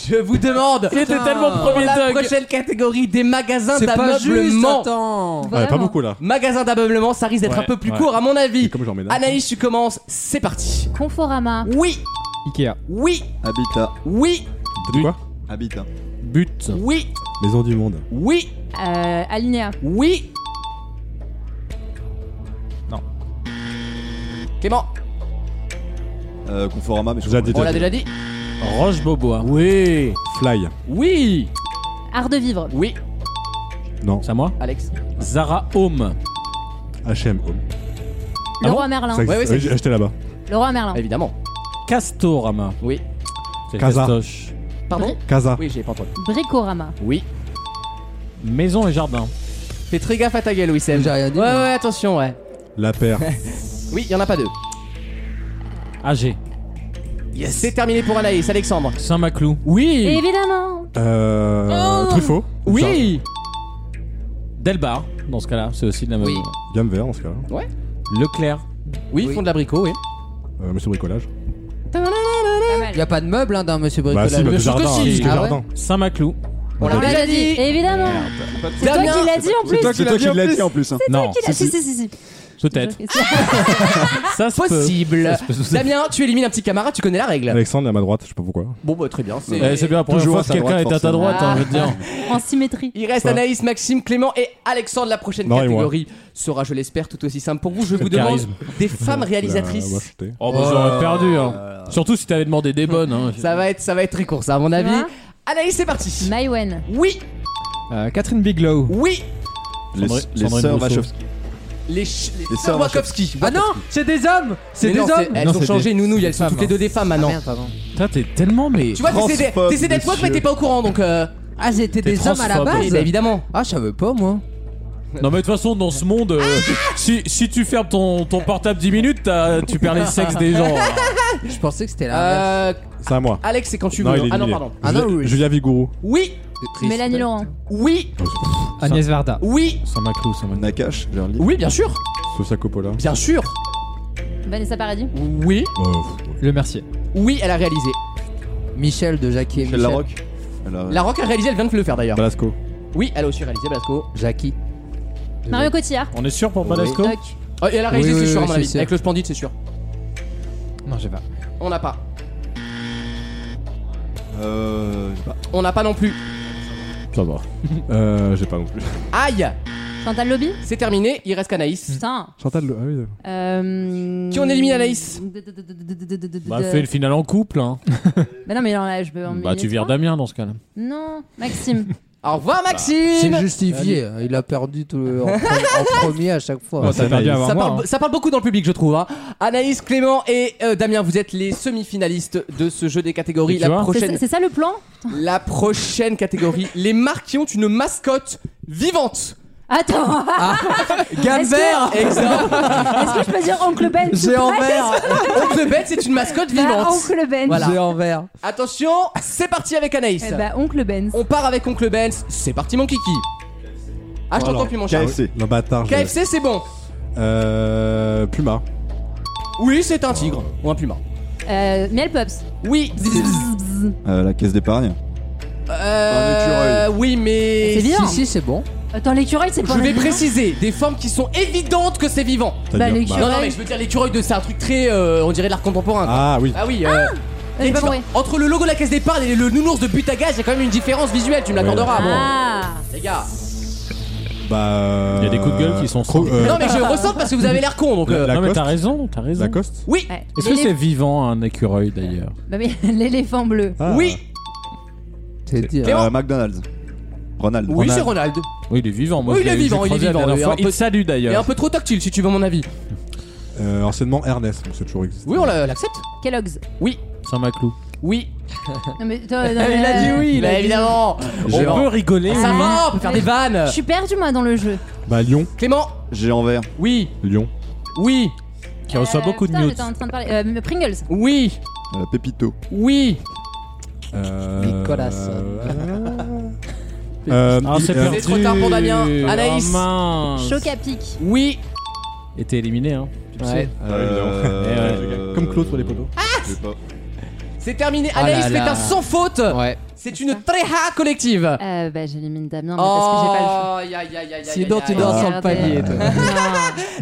B: Je vous demande.
D: C'était tellement
B: Pour
D: premier
B: la
D: dog.
B: prochaine catégorie des magasins
C: C'est pas juste,
B: d'ameublement.
C: attends.
E: Ouais, pas
F: Vraiment.
E: beaucoup là.
B: Magasins d'ameublement, ça risque d'être
D: Ouais,
B: un peu plus
D: ouais.
B: court à mon
E: Et
B: avis.
E: comme j'emménage.
B: Anaïs, tu commences, c'est parti.
F: Conforama. euh,
B: Oui,
G: Ikea.
B: oui,
H: Habitat.
B: oui,
E: De quoi
H: Habitat.
D: But.
B: oui,
E: Maison du monde.
B: oui,
F: Euh, Alinea.
B: oui.
D: Non.
B: Clément,
H: Euh, Conforama, mais je
E: J'ai dit
B: on l'a déjà dit.
D: Roche Beaubois.
B: Oui,
E: Fly.
B: oui,
F: Art de vivre.
B: oui.
E: Non.
D: C'est à moi
B: Alex.
D: Zara Home.
E: HM Home.
F: Le
D: Ah bon
F: roi Merlin.
E: Ça existe.
B: ouais, ouais, ça
E: Oui, j'ai acheté là-bas.
F: Le roi Merlin.
B: Évidemment.
D: Castorama.
B: Oui.
D: C'est
E: Casa.
D: Castoche.
B: Pardon
E: Casa.
B: Oui, j'ai pas entendu.
F: Bricorama.
B: Oui.
D: Maison et jardin.
B: Fais très gaffe à ta gueule, Wissem.
C: J'ai rien dit,
B: Ouais,
C: moi.
B: ouais, attention, ouais.
E: La paire.
B: Oui, il en a pas deux.
D: AG.
B: C'est terminé pour Anaïs, Alexandre.
D: Saint-Maclou.
B: Oui.
F: Évidemment.
H: Ah.
E: Euh, Truffaut.
D: Oui Delbar, dans ce cas-là, c'est aussi de la même.
B: Oui.
E: Gamme vert dans ce cas-là.
D: Leclerc.
B: Oui, ils font de l'abricot, oui.
E: Euh, Monsieur Bricolage.
F: Pas mal.
C: Il n'y a pas de meuble hein, dans Monsieur
E: bah
C: Bricolage.
E: si, bah,
D: le
E: de jardin.
D: Sarkozy.
E: hein, de
C: Ah ouais
E: jardin.
D: Saint-Maclou.
B: On l'a
F: On l'a
B: déjà dit.
F: Évidemment. C'est toi qui l'as dit en plus.
G: toi qui
H: C'est
G: l'as
H: toi
G: dit
H: qui
G: en
H: l'as
G: plus.
H: dit en plus. hein.
D: Non,
F: Qui l'a- Si, si, si, si.
D: peut-être. Ça se peut.
B: Ah, Possible.
D: Ça se peut, ça se peut.
B: Damien, tu élimines un petit camarade, tu connais la règle.
E: Alexandre est à ma droite, je sais pas pourquoi.
B: Bon, bah très bien. c'est-
D: Eh, c'est bien la première
H: Toujours
D: fois
H: à
D: que
H: sa
D: quelqu'un
H: droite,
D: est à ta
H: forcément.
D: droite, hein, je veux dire.
F: En symétrie.
B: Il reste Anaïs, Maxime, Clément et Alexandre. La prochaine
E: Non, et moi.
B: catégorie sera, je l'espère, tout aussi simple pour vous. Je vous
D: Quel
B: demande
D: charisme.
B: des femmes
E: Bah, moi, je
B: réalisatrices.
E: suis thé.
D: Oh, bah, j'aurais perdu. hein. Surtout si t'avais demandé des bonnes. hein.
B: Ça va être, ça va être très court, ça, à mon avis.
F: vois
B: Anaïs, c'est parti.
F: Maïwen.
B: Oui,
G: Euh, Catherine Bigelow.
B: oui.
H: Les
D: Sandrine-
H: les
D: Sandrine
H: sœurs
D: Rousseau.
H: Wachowski.
B: Les, ch- les
H: Les
B: sœurs
H: sœurs
B: Wachowski.
C: Ah non, c'est des hommes C'est
B: Mais
C: des
B: non,
C: hommes
B: Elles
D: Non,
B: ont
D: c'est
B: changé, nounou, elles sont
G: femmes,
B: toutes les deux des femmes maintenant.
C: Ah, Merde, pardon.
D: Putain, t'es tellement mais.
B: Tu vois, t'essaies d'être-
H: Transphobe,
B: t'essaies d'être woke, mais
H: monsieur.
B: t'es pas au courant, donc euh,
C: Ah, c'était
D: T'es
C: des hommes à la
D: transphobe.
B: eh
C: base
B: ben, évidemment.
C: Ah, je savais pas moi.
D: Non, mais de toute façon, dans ce monde, euh, si, si tu fermes ton, ton portable 10 minutes, t'as- tu perds les sexes des gens.
C: Je pensais que c'était la
B: Euh,
E: C'est à moi.
B: Alex, c'est quand tu
E: Non,
B: veux.
E: il est
B: ah non,
E: éliminé.
B: pardon.
C: Ah non,
E: Julia-
C: oui.
E: Julia Vigourou.
B: Oui,
F: Mélanie Laurent.
B: oui,
G: Agnès Varda.
B: oui,
D: Saint-Maclou, Saint-Maclou.
H: Nakash, Gerly.
B: oui, bien sûr,
E: Sofia Coppola.
B: bien sûr.
F: Vanessa Paradis.
B: Oui,
E: Euh, pff, ouais.
G: Le Mercier.
B: oui, elle a réalisé.
C: Michel de Jackie et
H: Michel
C: Michel.
H: Larocque. Elle a-
B: La Rock a réalisé, elle vient de le faire d'ailleurs.
E: Balasco.
B: Oui, elle a aussi réalisé Blasco.
C: Jackie.
F: Mario Cotillard.
D: On est sûr pour Balasco
F: Doc.
B: Oh, et elle a réalisé,
C: Oui,
B: c'est
C: oui,
B: sûr, à
C: oui,
B: mon
C: c'est
B: avis.
C: sûr.
B: Avec le Splendide, c'est sûr.
G: Non, j'ai pas.
B: On n'a pas.
H: Euh, je sais
E: Ah,
H: pas.
B: On n'a pas non plus.
E: Ça va. euh, j'ai pas non plus.
B: Aïe,
F: Chantal Lobby.
B: c'est terminé, il reste qu'Anaïs.
F: Putain.
E: Chantal. Le... Ah oui.
F: Euh...
B: Qui on élimine, Anaïs
D: Bah, fais le final en couple. Hein.
F: Bah non, mais non, là, je peux en
D: Bah, tu
F: éliminer
D: vires
F: trois.
D: Damien dans ce cas-là.
F: Non, Maxime.
B: Au revoir,
C: Bah, C'est
B: Maxime.
C: justifié, hein, il a perdu tout le- en, pre- en hein. premier à chaque fois.
G: Oh, t'as
E: Anaïs.
G: perdu avant
B: Ça
G: moi.
B: parle, ça parle beaucoup dans le public, je trouve. hein. Anaïs, Clément et euh, Damien, vous êtes les semi-finalistes de ce jeu des catégories.
D: Et tu
B: La
D: vois
B: prochaine,
F: C'est c'est ça le plan
B: la prochaine catégorie, les marques qui ont une mascotte vivante.
F: Attends,
B: Gamme
F: vert.
B: Exact.
F: est-ce que je peux dire Oncle Ben tout
C: J'ai en
F: près
C: vert
B: Oncle Ben, c'est une mascotte
F: Bah,
B: vivante.
F: Oncle Ben.
B: Voilà.
C: J'ai en vert.
B: Attention, c'est parti avec Anaïs.
F: Eh bah, Oncle Ben.
B: On part avec Oncle Ben. C'est parti, mon kiki. Ah, je t'entends plus, mon chat.
H: KFC.
E: Le bâtard. je-
B: KFC, c'est bon.
E: Euh, Puma.
B: Oui, c'est un tigre. Ou un puma.
F: Euh, Miel Pops.
B: Oui.
H: Euh, La caisse d'épargne.
B: Euh, oui, mais.
F: C'est bien.
C: Si, si, c'est bon.
F: Attends, l'écureuil, c'est pas hein.
B: Je vais
F: vivant
B: préciser des formes qui sont évidentes que c'est vivant.
F: Bah,
E: C'est-à-dire,
F: l'écureuil.
B: Non, non, mais je veux dire l'écureuil de c'est un truc très, euh, on dirait de l'art contemporain. quoi.
E: Ah oui.
B: Ah oui. euh,
F: Ah, j'ai
B: et
F: pas
B: tu-
F: compris.
B: entre le logo de la caisse d'épargne et le nounours de but à gaz, il y a quand même une différence visuelle. Tu me l'accorderas, bon.
F: Ah,
B: Les gars.
E: Bah.
D: Il y a des coups de gueule qui sont
E: Cro-
D: sortis.
E: euh,
B: Non, mais je ressens parce que vous avez l'air con, donc. euh,
E: La-
D: non, mais
E: Lacoste
D: t'as raison, t'as raison.
E: Lacoste.
B: Oui.
F: ouais.
D: Est-ce que
F: L'élé-
D: c'est vivant un écureuil d'ailleurs
F: Bah, mais l'éléphant bleu.
E: Ah.
B: Oui.
C: C'est dire.
B: Clément
H: Euh, McDonald's. Ronald.
B: Oui, c'est
H: Ronald.
B: Ronald.
D: Oui, il est vivant. Moi,
B: Oui, il
D: je
B: est
D: l'ai- je l'ai
B: vivant, il est
D: croisé la
B: vivant,
D: dernière
B: il est
D: fois.
B: un
D: Il
B: peu-
D: te salue
B: Il est un
D: d'ailleurs.
B: peu trop tactile, si tu veux mon avis.
E: Euh, anciennement Ernest. Bon, c'est toujours existé.
B: Oui, on l'a- l'accepte.
F: Kellogg's.
D: Saint-Maclou.
B: Oui.
F: Non, mais toi, non,
B: Il
F: mais,
B: a dit
F: euh,
B: oui. évidemment.
D: On
H: Gérard.
D: peut rigoler.
B: Ça va, on peut faire des vannes.
F: euh, Je suis perdu, moi, dans le jeu.
E: Bah Lyon.
B: Clément.
H: Géant vert.
B: Oui.
E: Lyon.
B: Oui.
D: Qui reçoit beaucoup de
F: Euh, putain,
D: news.
F: j'étais en train de parler. Euh, Pringles.
B: Oui.
H: Euh, Pépito.
B: Oui.
E: Euh,
C: Nicolas.
E: euh, Euh,
D: Ah, c'est
E: euh,
D: perdu.
B: trop tard pour Damien. Anaïs.
D: Ah, mince.
F: Choc à pic.
B: Oui.
D: Et t'es éliminé, hein. tu le
B: Ouais.
D: sais.
H: Euh,
E: Eh ouais.
H: euh,
E: Comme Claude sur les poteaux.
H: je sais pas.
B: C'est terminé.
F: Oh
C: Ah
B: Anaïs
C: là
B: fait
C: là.
B: un sans faute.
C: Ouais.
B: C'est une tréha collective. Oh,
F: Euh, bah, j'élimine Damien, mais parce que j'ai pas le choix.
B: aïe, aïe, aïe, aïe,
C: Sinon,
B: aïe,
C: tu
B: aïe.
C: dors sur le
F: Regardez.
C: panier. toi.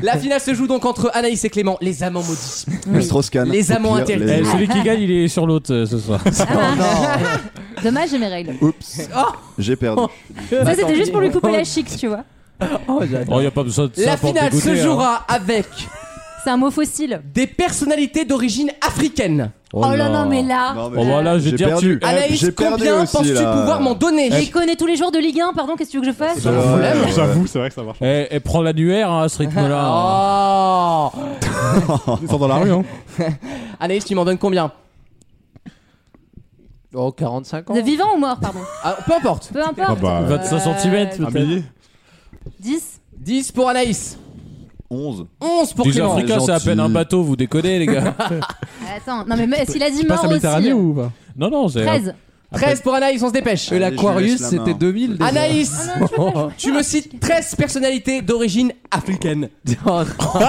B: La finale se joue donc entre Anaïs et Clément, les amants maudits.
H: Strauss-Kahn.
B: Les
H: Au
B: amants
H: pire,
B: interdits.
D: Eh,
H: les-
D: celui qui gagne, il est sur l'autre euh, ce soir.
F: Ah, Dommage, j'ai mes règles.
H: Oups. J'ai perdu.
F: Ça, c'était juste pour lui couper la chic, tu vois.
D: Oh, y a pas besoin de
B: La
D: ça pour te
B: finale se
D: dégoûter, hein.
B: jouera avec
F: C'est un mot fossile.
B: des personnalités d'origine africaine.
D: hein.
F: Oh là non, mais là.
H: Non, mais-
D: Bon, Oh, voilà, je vais
H: J'ai
D: te dire,
H: perdu.
D: tu.
H: Eh,
B: Anaïs,
H: j'ai perdu
B: combien
H: aussi,
B: penses-tu
H: là.
B: pouvoir m'en donner
D: Eh,
F: Je les connais tous les jours de Ligue 1, pardon, qu'est-ce que tu veux que je fasse
H: Ouais,
E: J'avoue,
H: ouais.
E: J'avoue, c'est vrai que ça marche.
D: Eh, eh, prends l'annuaire hein, à ce rythme-là.
B: Oh
E: Ils sont dans la rue, hein.
B: Anaïs, tu m'en donnes combien Oh, 45 ans
F: De vivant ou mort, pardon
B: Ah, Peu importe.
F: Peu importe.
E: Ah bah,
F: Euh,
D: 25 cm
E: Un millier
F: 10
B: 10 pour Anaïs,
H: 11.
B: 11 pour
D: Des
B: Clément.
D: Africains, c'est à peine un
H: Gentil.
D: bateau, vous déconnez, les gars.
F: Attends, non mais mais s'il a dit
G: Passe
F: mort
G: à
F: aussi.
G: Méditerranée ou pas
D: non, non, c'est.
F: 13.
B: 13 pour Anaïs, on se dépêche.
H: Allez,
C: Aquarius,
H: je laisse la main.
C: c'était 2000. déjà.
B: Anaïs,
F: Ah non, tu veux pas, je-
B: tu me cites 13 personnalités d'origine africaine.
C: Oh, non.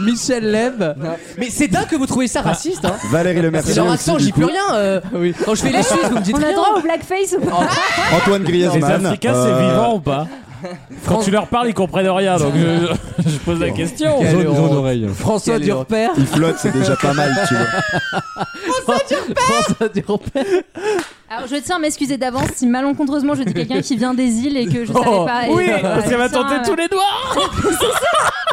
C: Michel Leb.
B: Mais c'est dingue que vous trouvez ça raciste, hein
H: Valérie Le Mercier.
B: C'est leur
H: aussi,
B: accent,
H: du
B: j'y
H: coup.
B: peux rien. euh. Quand je fais les Suisses, vous me dites
F: On a
B: rien.
F: droit au blackface ou pas
H: Antoine
D: Les
H: Griezmann.
D: Africains,
H: euh,
D: c'est vivant ou pas Quand tu leur parles, ils comprennent rien, donc je, je pose la question.
C: Quelle
D: Jaune- jaune
C: honte.
D: oreille.
C: François
B: Quelle erreur.
C: Durper.
H: Il flotte, c'est déjà pas mal, tu vois.
C: François Durper.
F: Alors je tiens à m'excuser d'avance si malencontreusement je dis quelqu'un qui vient des îles et que euh, je savais
D: Oh,
F: pas.
D: oui, parce qu'elle va tenter tous les doigts.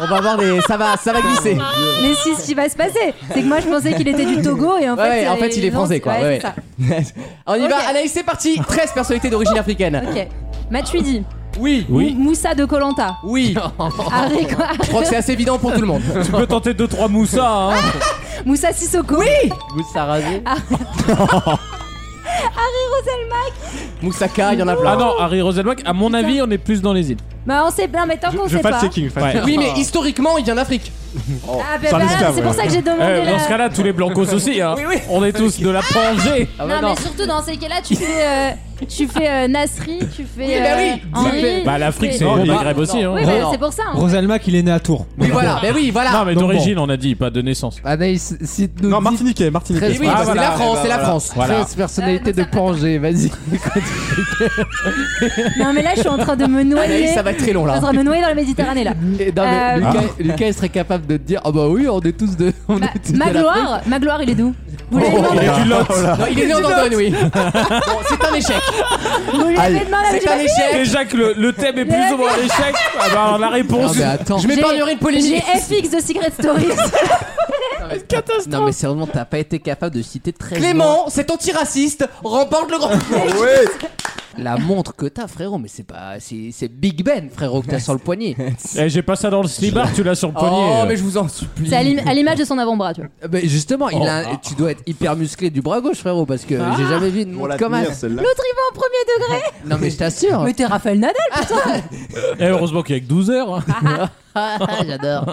B: On va voir des. Ça va, ça va glisser.
F: Mais si, ce qui va se passer, c'est que moi je pensais qu'il était du Togo et en fait. euh,
B: Ouais, en fait, il est
F: non,
B: français,
F: c'est-
B: quoi,
F: ouais,
B: ouais,
F: c'est ça.
B: On y
F: Ok.
B: va, Anaïs, c'est parti. 13 personnalités d'origine africaine.
F: Ok. Matuidi,
B: Oui,
D: Oui.
F: Mou- Moussa de Colanta,
B: oui.
F: Harry quoi
B: Je crois que c'est assez évident pour tout le monde.
D: Tu peux tenter 2-3 moussa, hein.
F: Moussa Sissoko, oui
B: Moussa Razé.
F: Harry Roselmack.
B: Moussaka, il y en a
D: Ah
B: plein.
D: non, Harry Roselmack, à mon avis, on est plus dans les îles.
F: Bah on sait bien, mais tant
E: Je,
F: qu'on
E: je
F: sait
E: fact
F: pas.
E: checking, fact
D: Ouais.
E: checking.
B: Oui,
C: Ah.
B: mais historiquement, il vient d'Afrique.
F: Ah, bah,
E: C'est un
F: bah,
E: esclave,
F: c'est pour
E: ouais.
F: ça que j'ai demandé.
D: Eh,
F: la-
D: dans ce cas-là, tous les blancos aussi, hein. On est tous de la Pangée.
B: Ah
F: non,
B: bah non.
F: mais surtout dans ces cas-là, tu fais, euh, tu fais euh, Nasri, tu fais
B: Oui, bah oui,
F: euh,
B: dis-
F: Henri.
D: Bah, l'Afrique,
F: tu
D: c'est
F: fais-
D: le
B: bah,
D: Maghreb aussi, hein.
F: Oui,
B: Non,
F: bah,
B: non.
F: c'est pour ça. hein.
G: Rosalma qu'il est né à Tours.
B: Oui, voilà, mais oui, voilà.
D: Non, mais
G: Donc
D: d'origine, on a dit, pas de naissance.
C: Anaïs, cite-nous.
E: Non,
C: dix
E: Martiniquais, Martiniquais.
B: Eh oui,
D: Ah,
B: bah, c'est
D: voilà.
B: la France, c'est la France.
D: Voilà.
C: 13 personnalités
F: Euh, non,
C: de
F: ça-
C: Pangée. Vas-y.
F: Non, mais là, je suis en train de me noyer.
B: Anaïs, ça va être très long
F: Je
B: là.
F: suis en train de me noyer dans la Méditerranée là.
C: Et non, mais
F: Euh,
C: Lucas, Lucas, il serait capable de te dire Ah bah oui, on est tous de. On
F: Ma,
C: est tous de
F: ma
C: la-
F: gloire, ma gloire, il est d'où Vous l'avez
D: Il
F: demandé,
D: est du Lot.
B: Oh, Non, il est né en Dordogne, oui. Bon, c'est un échec.
F: vous l'avez demandé, mais j'ai
B: C'est
F: pas
B: un
F: fait.
B: échec.
D: Déjà que le, le thème est plus ou moins un échec, ah bah, la
C: Non,
D: réponse.
C: mais attends.
B: Je m'épargnerai une
F: J'ai
B: polémique.
F: FX de Secret Stories.
C: Non, mais sérieusement, t'as pas été capable de citer 13
B: Clément, cet antiraciste, remporte le grand.
H: Oui.
C: La montre que t'as, frérot, mais c'est pas. C'est c'est Big Ben, frérot, que t'as sur le poignet.
D: Eh, j'ai pas ça dans le slibard, tu l'as sur le
B: Oh,
D: poignet.
B: mais je vous en supplie. Ah,
F: C'est à l'im- à l'image de son avant-bras, tu vois.
C: Euh, Mais justement, il a, un- tu dois être hyper musclé du bras gauche, frérot, parce que
F: Ah.
C: j'ai jamais vu une
H: Pour
C: montre
H: la
C: comme
H: tenir,
C: ça.
H: celle-là.
F: L'autre, il va en premier degré.
C: Non, mais je t'assure.
F: Mais t'es Raphaël Nadal.
D: Eh, heureusement qu'il y a que 12 heures. hein.
C: Ah, J'adore.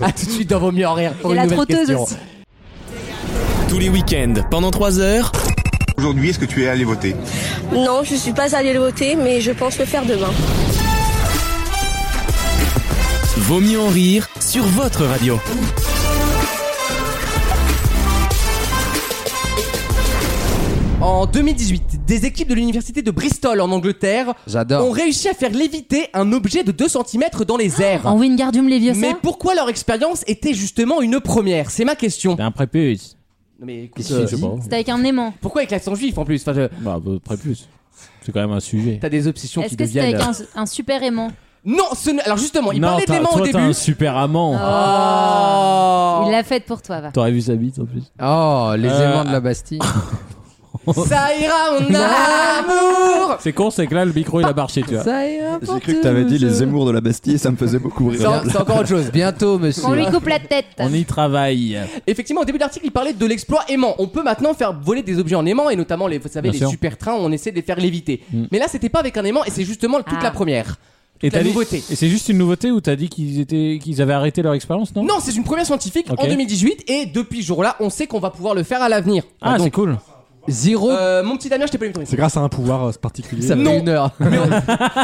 B: A tout de suite dans Vaut mieux en rire pour
F: Et
B: une
F: la
B: nouvelle
F: trotteuse
B: question.
F: aussi.
A: Tous les week-ends, pendant 3 heures,
J: Aujourd'hui, est-ce que tu es allé voter
K: Non, je suis pas allée le voter, mais je pense le faire demain.
A: Vaut mieux en rire sur votre radio.
B: En 2018, des équipes de l'université de Bristol en Angleterre ont
C: J'adore.
B: réussi à faire léviter un objet de 2 cm dans les airs.
F: En Wingardium Leviosa.
B: Mais pourquoi leur expérience était justement une première C'est ma question.
D: T'es un prépuce.
B: Non, mais écoute,
C: Qu'est-ce que
B: euh,
C: tu dis
F: C'était avec un aimant.
B: pourquoi avec l'accent juif en plus enfin, je-
D: Bah, bah, prépuce. C'est quand même un sujet.
B: T'as des obsessions
F: Est-ce
B: qui
F: que c'était
B: deviennent. euh.
F: avec un, un super aimant
B: Non, ce n'est- alors justement, il
D: non,
B: parlait de
D: t'as-
B: l'aimant
D: toi,
B: au
D: t'as un
B: début.
D: super amant.
B: Oh.
F: Il l'a faite pour toi, va.
D: T'aurais vu sa bite en plus.
C: Oh, les
D: Euh,
C: aimants de la Bastille.
B: Ça ira, mon amour.
D: C'est con, c'est que là, le micro il a marché, tu vois.
C: Ça y est,
H: J'ai cru que t'avais dit les émours de la Bastille, ça me faisait beaucoup
B: C'est
H: rire.
B: en- c'est encore autre chose.
C: Bientôt, monsieur.
F: On lui coupe la tête.
D: On y travaille.
B: Effectivement, au début de l'article, il parlait de l'exploit aimant. On peut maintenant faire voler des objets en aimant, et notamment les, vous savez,
D: Bien
B: les
D: sûr.
B: super trains, on essaie de les faire léviter.
D: Mm.
B: Mais là, c'était pas avec un aimant, et c'est justement toute
F: Ah.
B: la première. Toute
D: t'as
B: la
D: dit-
B: nouveauté.
D: Et c'est juste une nouveauté où t'as dit qu'ils étaient, qu'ils avaient arrêté leur expérience, non
B: Non, c'est une première scientifique
D: Ok.
B: en 2018, et depuis ce jour-là, on sait qu'on va pouvoir le faire à l'avenir.
D: Ah, c'est
B: donc,
D: cool.
C: Zéro.
B: euh, mon petit Damien, je t'ai pas eu le temps.
E: C'est grâce à un pouvoir euh, particulier.
C: ça fait
B: non.
C: une heure.
B: Mais on- mais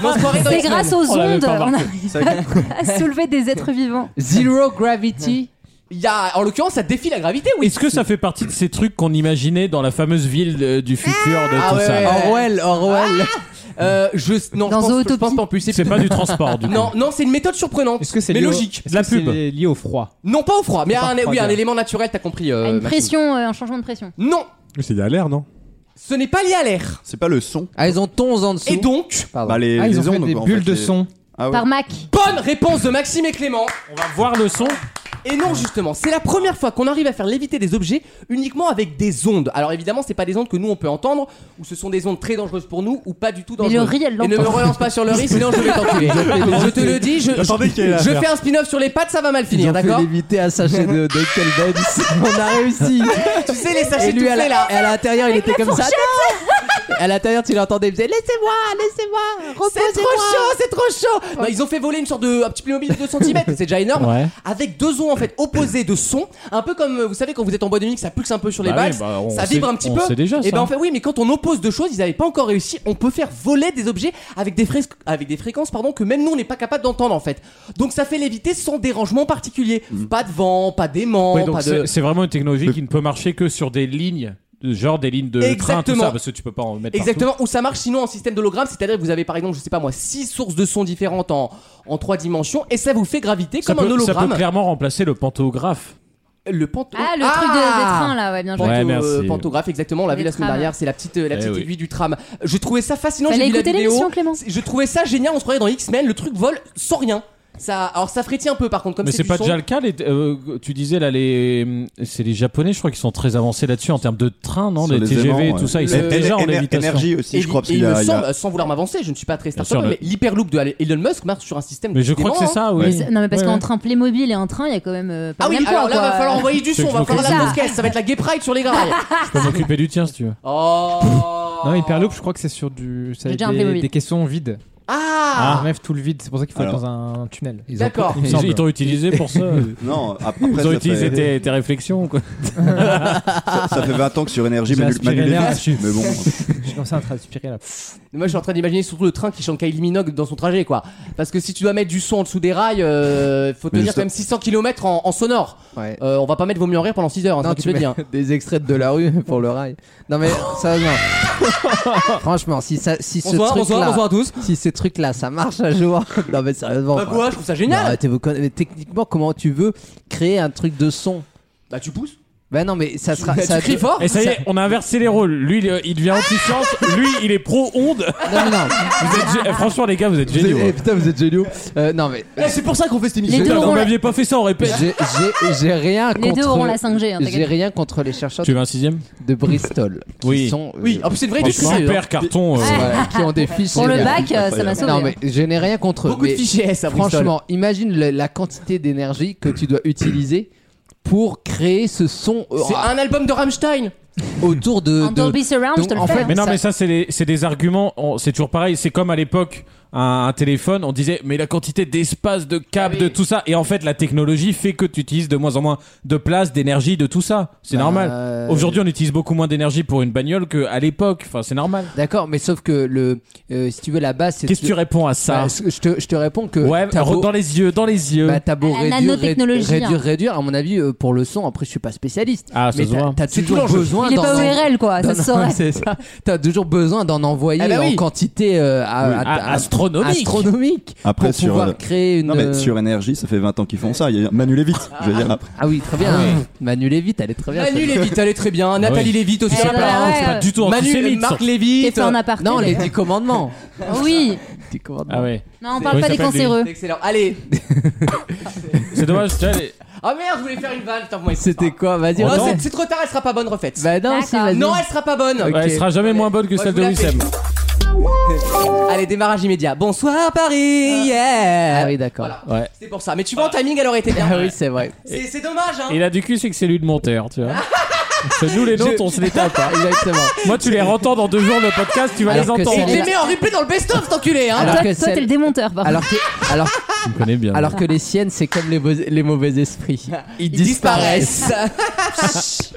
B: on se croirait dans
F: C'est
B: les semaines.
F: grâce aux
D: On l'avait
F: ondes
D: pas
F: on
D: remarqué.
F: arrive à soulever des êtres vivants.
C: Zero Gravity.
B: Il y a, en l'occurrence, ça défie la gravité, oui.
D: Est-ce que ça fait partie de ces trucs qu'on imaginait dans la fameuse ville euh, du futur de
B: Ah
D: tout
B: ouais,
D: ça
B: ouais,
C: Euh,
B: Oh, ouais.
C: Orwell, Orwell.
B: Euh, je, non,
F: Ah Dans
B: je pense, je
F: Zootopie.
B: pense pas en plus. C'est
D: C'est pas du transport, du coup.
B: Non, non, c'est une méthode surprenante.
G: Est-ce que c'est
B: mais
G: lié au-
B: logique.
G: est-ce
D: De la
G: que c'est
D: pub.
G: lié au froid.
B: Non, pas au froid, mais à
G: pas
B: un,
G: au froid,
B: oui, un
G: gars.
B: élément naturel, t'as compris. euh,
F: À une
B: Maxime. Ah
F: pression, euh, un changement de pression.
B: Non,
E: Mais c'est il y a l'air, non
B: ce n'est pas lié à l'air.
H: C'est pas le son.
C: Ah, ils ont 11 en dessous.
B: Et donc,
C: Pardon.
H: Bah, les,
G: Ah, ils
H: les
G: ont fait
H: ondes,
G: des
H: quoi, en
G: bulles
H: fait,
G: de
H: les-
G: son.
H: Ah ouais.
F: Par Mac.
B: bonne réponse de Maxime et Clément.
D: On va voir le son.
B: Et non, justement, c'est la première fois qu'on arrive à faire léviter des objets uniquement avec des ondes. Alors évidemment, c'est pas des ondes que nous on peut entendre, ou ce sont des ondes très dangereuses pour nous, ou pas du tout
F: Mais
B: dangereuses.
F: le riz, elle
B: Et ne me
F: l'entend.
B: relance pas sur le riz, sinon je vais t'enculer. Je te le dis, je,
E: J'attendais qu'il y ait
B: je
E: l'affaire.
B: fais un spin-off sur les pattes, ça va mal
C: Ils
B: finir,
C: ont fait
B: d'accord
C: léviter un sachet de, de Kelvin. On a réussi.
B: Tu sais, les
C: Et
B: sachets tout
C: lui, à, la-
B: faits là.
C: à l'intérieur, il était comme ça. Non à l'intérieur, tu l'entendais, il faisait Laissez-moi,
B: C'est
C: laissez-moi,
B: trop
C: reposez-moi.
B: chaud, c'est trop chaud Non, Ils ont fait voler une sorte de un petit Playmobil de 2 cm, c'est déjà énorme,
D: Ouais.
B: avec deux ondes en fait opposées de son, un peu comme euh, vous savez quand vous êtes en bois de nuit que ça pulse un peu sur les
D: Bah
B: balles,
D: oui, bah, on
B: ça
D: sait-
B: vibre un petit
D: on
B: peu.
D: sait déjà
B: et
D: ça.
B: ben en fait oui, mais quand on oppose deux choses, ils n'avaient pas encore réussi, on peut faire voler des objets avec des fres- avec des fréquences pardon que même nous on n'est pas capable d'entendre en fait. Donc ça fait l'éviter sans dérangement particulier, pas de vent, pas d'aimant,
D: Ouais, Mm. donc
B: pas de
D: c'est- C'est vraiment une technologie qui ne peut marcher que sur des lignes, de- genre des lignes de train, tout
B: Exactement.
D: ça, parce que tu peux pas en mettre partout.
B: Exactement, où ça marche sinon en système d'hologramme, c'est-à-dire que vous avez par exemple, je sais pas moi, six sources de sons différentes en, en trois dimensions et ça vous fait graviter
D: Ça
B: comme un
D: peut, ça
B: hologramme.
D: peut clairement remplacer le pantographe.
B: Le panto.
F: Ah, le truc de- des trains là, ouais, bien joué.
D: Ouais,
B: Panto-
D: merci.
B: euh, pantographe, exactement, on l'a
F: Les
B: vu la semaine
F: trams.
B: dernière, c'est la petite, euh, la
D: Eh
B: petite
D: oui.
B: aiguille du tram. Je trouvais ça fascinant, j'ai
F: Fallait
B: vu la
F: écouter
B: vidéo.
F: l'émission, Clément.
B: C'est- Je trouvais ça génial, on se croirait dans X-Men, le truc vole sans rien. Ça, alors ça frétille un peu par contre, comme
D: Mais
B: c'est
D: c'est
B: du
D: pas
B: son.
D: déjà le cas. les- euh, tu disais là, les, c'est les Japonais, je crois, qui sont très avancés là-dessus en termes de train, non
H: Sur
D: Les
H: les
D: TGV,
H: aimants,
D: tout
H: ouais.
D: ça, ils
B: Le-
D: sont déjà en lévitation.
H: Énergie aussi,
B: Et,
H: je crois.
B: et
H: parce qu'il
B: il
H: y
B: me
H: a- il y a-
B: semble,
E: bah-
B: euh, sans vouloir m'avancer, je ne suis pas très
D: Bien
B: start-up,
D: sûr,
B: mais l'hyperloop de Ale- Elon Musk marche sur un système.
D: Mais je crois
B: cohérent,
D: que c'est
B: hein.
D: ça,
F: Mais
D: oui.
F: c'est- Non, mais parce
D: Ouais,
F: qu'entre un Playmobil et un train, il y a quand même. euh, pas
B: Ah oui,
F: même
B: alors
F: poids,
B: là, va
F: quoi.
B: falloir envoyer du
D: C'est
B: son,
D: que
B: va
D: je
B: falloir
F: m'occupe
B: la
F: de
B: grosse
F: ça.
B: caisse, ça va être la gay pride sur les rails.
D: Je peux m'occuper du tien si tu veux.
B: Oh
G: Non, Hyperloop, je crois que c'est sur du. ça a
F: J'ai déjà un
G: des,
F: Playmobil.
G: des caissons vides.
B: Ah
G: On enlève tout le vide, c'est pour ça qu'il faut
H: Alors.
G: être dans un tunnel. Ils ont-
B: D'accord.
G: Il me
D: Ils,
G: semble.
D: ils t'ont utilisé pour ça.
H: Non, après,
D: Ils ont
H: ça,
D: utilisé
H: fait,
D: tes, tes réflexions, quoi.
H: ça, ça fait 20 ans que sur énergie,
G: J'ai
H: Manu,
G: aspiré
H: Manu les
G: l'air,
H: fait,
G: je suis-
H: Mais bon,
G: Je suis commencé à transpirer là.
B: Moi, je suis en train d'imaginer surtout le train qui chante Kylie Minogue dans son trajet, quoi. Parce que si tu dois mettre du son en dessous des rails, euh, faut
H: Mais
B: tenir
H: juste-
B: quand même 600 km en, en sonore.
C: Ouais.
B: Euh, on va pas mettre Vaut mieux en rire pendant 6 heures, hein,
C: Non,
B: ça, tu
C: tu
B: peux le dire.
C: mets des extraits de la rue pour le rail. Non mais sérieusement. Franchement, si ça, si ce
B: Bonsoir,
C: truc
B: bonsoir,
C: là,
B: bonsoir à tous.
C: si ce truc là, ça marche un jour. non mais sérieusement.
B: Bah
C: enfin,
B: quoi, je trouve ça
C: non,
B: génial.
C: arrêtez, vous conna- mais techniquement, comment tu veux créer un truc de son
B: Bah tu pousses.
C: Ben non mais ça sera.
B: Bah,
C: ça
B: tu cries fort.
D: Et ça y est, on a inversé les rôles. Lui, il, il devient anti-science. Lui, il est pro-onde.
C: Non non non.
D: Vous êtes gé- eh, Franchement, les gars, vous êtes
C: Vous êtes-
D: géniaux. hein.
C: eh, putain, vous êtes géniaux. Euh, non mais
B: Eh, c'est pour ça qu'on fait cette émission.
F: Les deux
D: Putain,
F: auront
D: Vous
F: la-
D: m'aviez pas fait ça, on répète.
C: j'ai j'ai- j'ai rien
F: Les
C: contre.
F: deux auront la 5G. hein,
C: J'ai
F: t'inquiète.
C: rien contre les chercheurs
D: Tu veux un sixième
C: de Bristol qui
D: Oui.
C: sont euh,
B: Oui, en plus c'est une vraie
D: Franchement,
B: industrie.
D: super carton. euh,
C: voilà, qui ont des fiches
F: Pour le
C: géniales.
F: bac, euh, ça m'a sauvé.
C: Non mais je n'ai rien contre eux,
B: Beaucoup de
C: mais-
B: fichiers, ça. Bristol.
C: Franchement, imagine le- la quantité d'énergie que tu dois utiliser pour créer ce son euh,
B: c'est un album de Rammstein.
C: autour de.
F: En
C: de-
F: Dolby Surround, je te le
C: en
F: fais.
C: fait,
D: Mais non,
C: Ça-
D: mais ça, c'est les- c'est des arguments. on- C'est toujours pareil. C'est comme à l'époque, un, un téléphone, on disait, mais la quantité d'espace, de câbles, de tout ça. Et en fait, la technologie fait que tu utilises de moins en moins de place, d'énergie, de tout ça. C'est
C: Bah,
D: normal. Aujourd'hui, on utilise beaucoup moins d'énergie pour une bagnole qu'à l'époque. Enfin, c'est normal.
C: D'accord, mais sauf que le, euh, si tu veux la base, c'est.
D: Qu'est-ce que tu réponds à ça
C: Bah, je, te, je te réponds que.
D: Ouais,
C: t'as beau-
D: dans les yeux, dans les yeux.
C: bah, t'as beau
F: À la
C: réduire,
F: nanotechnologie,
C: réduire,
F: hein.
C: réduire, réduire, à mon avis, euh, pour le son, après je suis pas spécialiste.
D: Ah, ça
C: mais
D: se
C: t'as-
D: voit.
C: t'as toujours besoin
F: Il est
C: d'en-
F: pas ORL, quoi, ça
C: d'en-
F: se saurait.
C: c'est ça. T'as toujours besoin d'en envoyer
B: Ah bah oui.
C: en quantité euh, à-
D: Oui.
C: à-
D: Ah, astronomique.
C: astronomique
H: Après,
C: pour
H: sur,
C: pouvoir
H: euh,
C: créer une.
H: Non, mais sur énergie, ça fait 20 ans qu'ils font ça. Il y a Manu Lévite, je veux dire, après.
C: Ah oui, très bien. Manu Lévite, elle est très bien. Ah
B: Manu Lévite, elle est très bien. Nathalie
D: oui.
B: Lévite aussi.
F: Elle,
B: c'est pas-
F: ouais, Eh ben ouais,
D: Ah, C'est pas
F: ouais.
D: du tout
B: Manu,
D: antisémite.
B: Marc
D: ça.
F: Qui est
B: Lévite.
F: fait en aparté.
C: Non, les
F: d'ailleurs.
C: 10 commandements.
F: Oui.
C: 10 commandements.
D: Ah ouais.
F: Non, on
D: Comment
F: parle
D: il
F: pas des
D: s'appelle, lui
F: cancéreux.
B: C'est excellent. Allez.
D: C'est dommage. tu vois, les-
B: Ah merde, je voulais faire une vanne. Putain, moi, il faut
C: C'était
B: pas.
C: quoi Vas-y,
B: Non,
D: Oh,
B: c'est-
D: non.
B: c'est trop tard, elle sera pas bonne refaite. Ah,
C: Bah non,
F: D'accord.
C: si, vas-y.
B: Non, elle sera pas bonne.
C: Ok.
D: Ouais, elle sera jamais moins bonne que
B: Moi,
D: celle
B: je vous
D: de
B: la fais.
D: Wissem.
B: Allez, démarrage immédiat. Bonsoir Paris, yeah
C: Ah oui, d'accord.
B: Voilà.
D: Ouais.
B: C'est pour ça. Mais tu vois, en timing, elle aurait été bien.
C: Ah oui, c'est vrai.
B: C'est c'est dommage, hein.
D: Et là, du cul, c'est que c'est lui le monteur, tu vois. C'est nous les nôtres, on se les tape. hein.
C: Exactement.
D: Moi, tu les rentends dans deux jours le podcast, tu vas
C: Alors
D: les
C: que
B: Et
D: entendre.
B: je les mets en replay dans le best-of, cet enculé, hein.
C: Alors
F: Toi,
C: que
F: toi,
C: celle-
F: t'es le démonteur, par contre.
C: Alors que, alors,
D: Tu me connais bien.
C: alors que les siennes, c'est comme les, beaux- les mauvais esprits.
B: Ils disparaissent.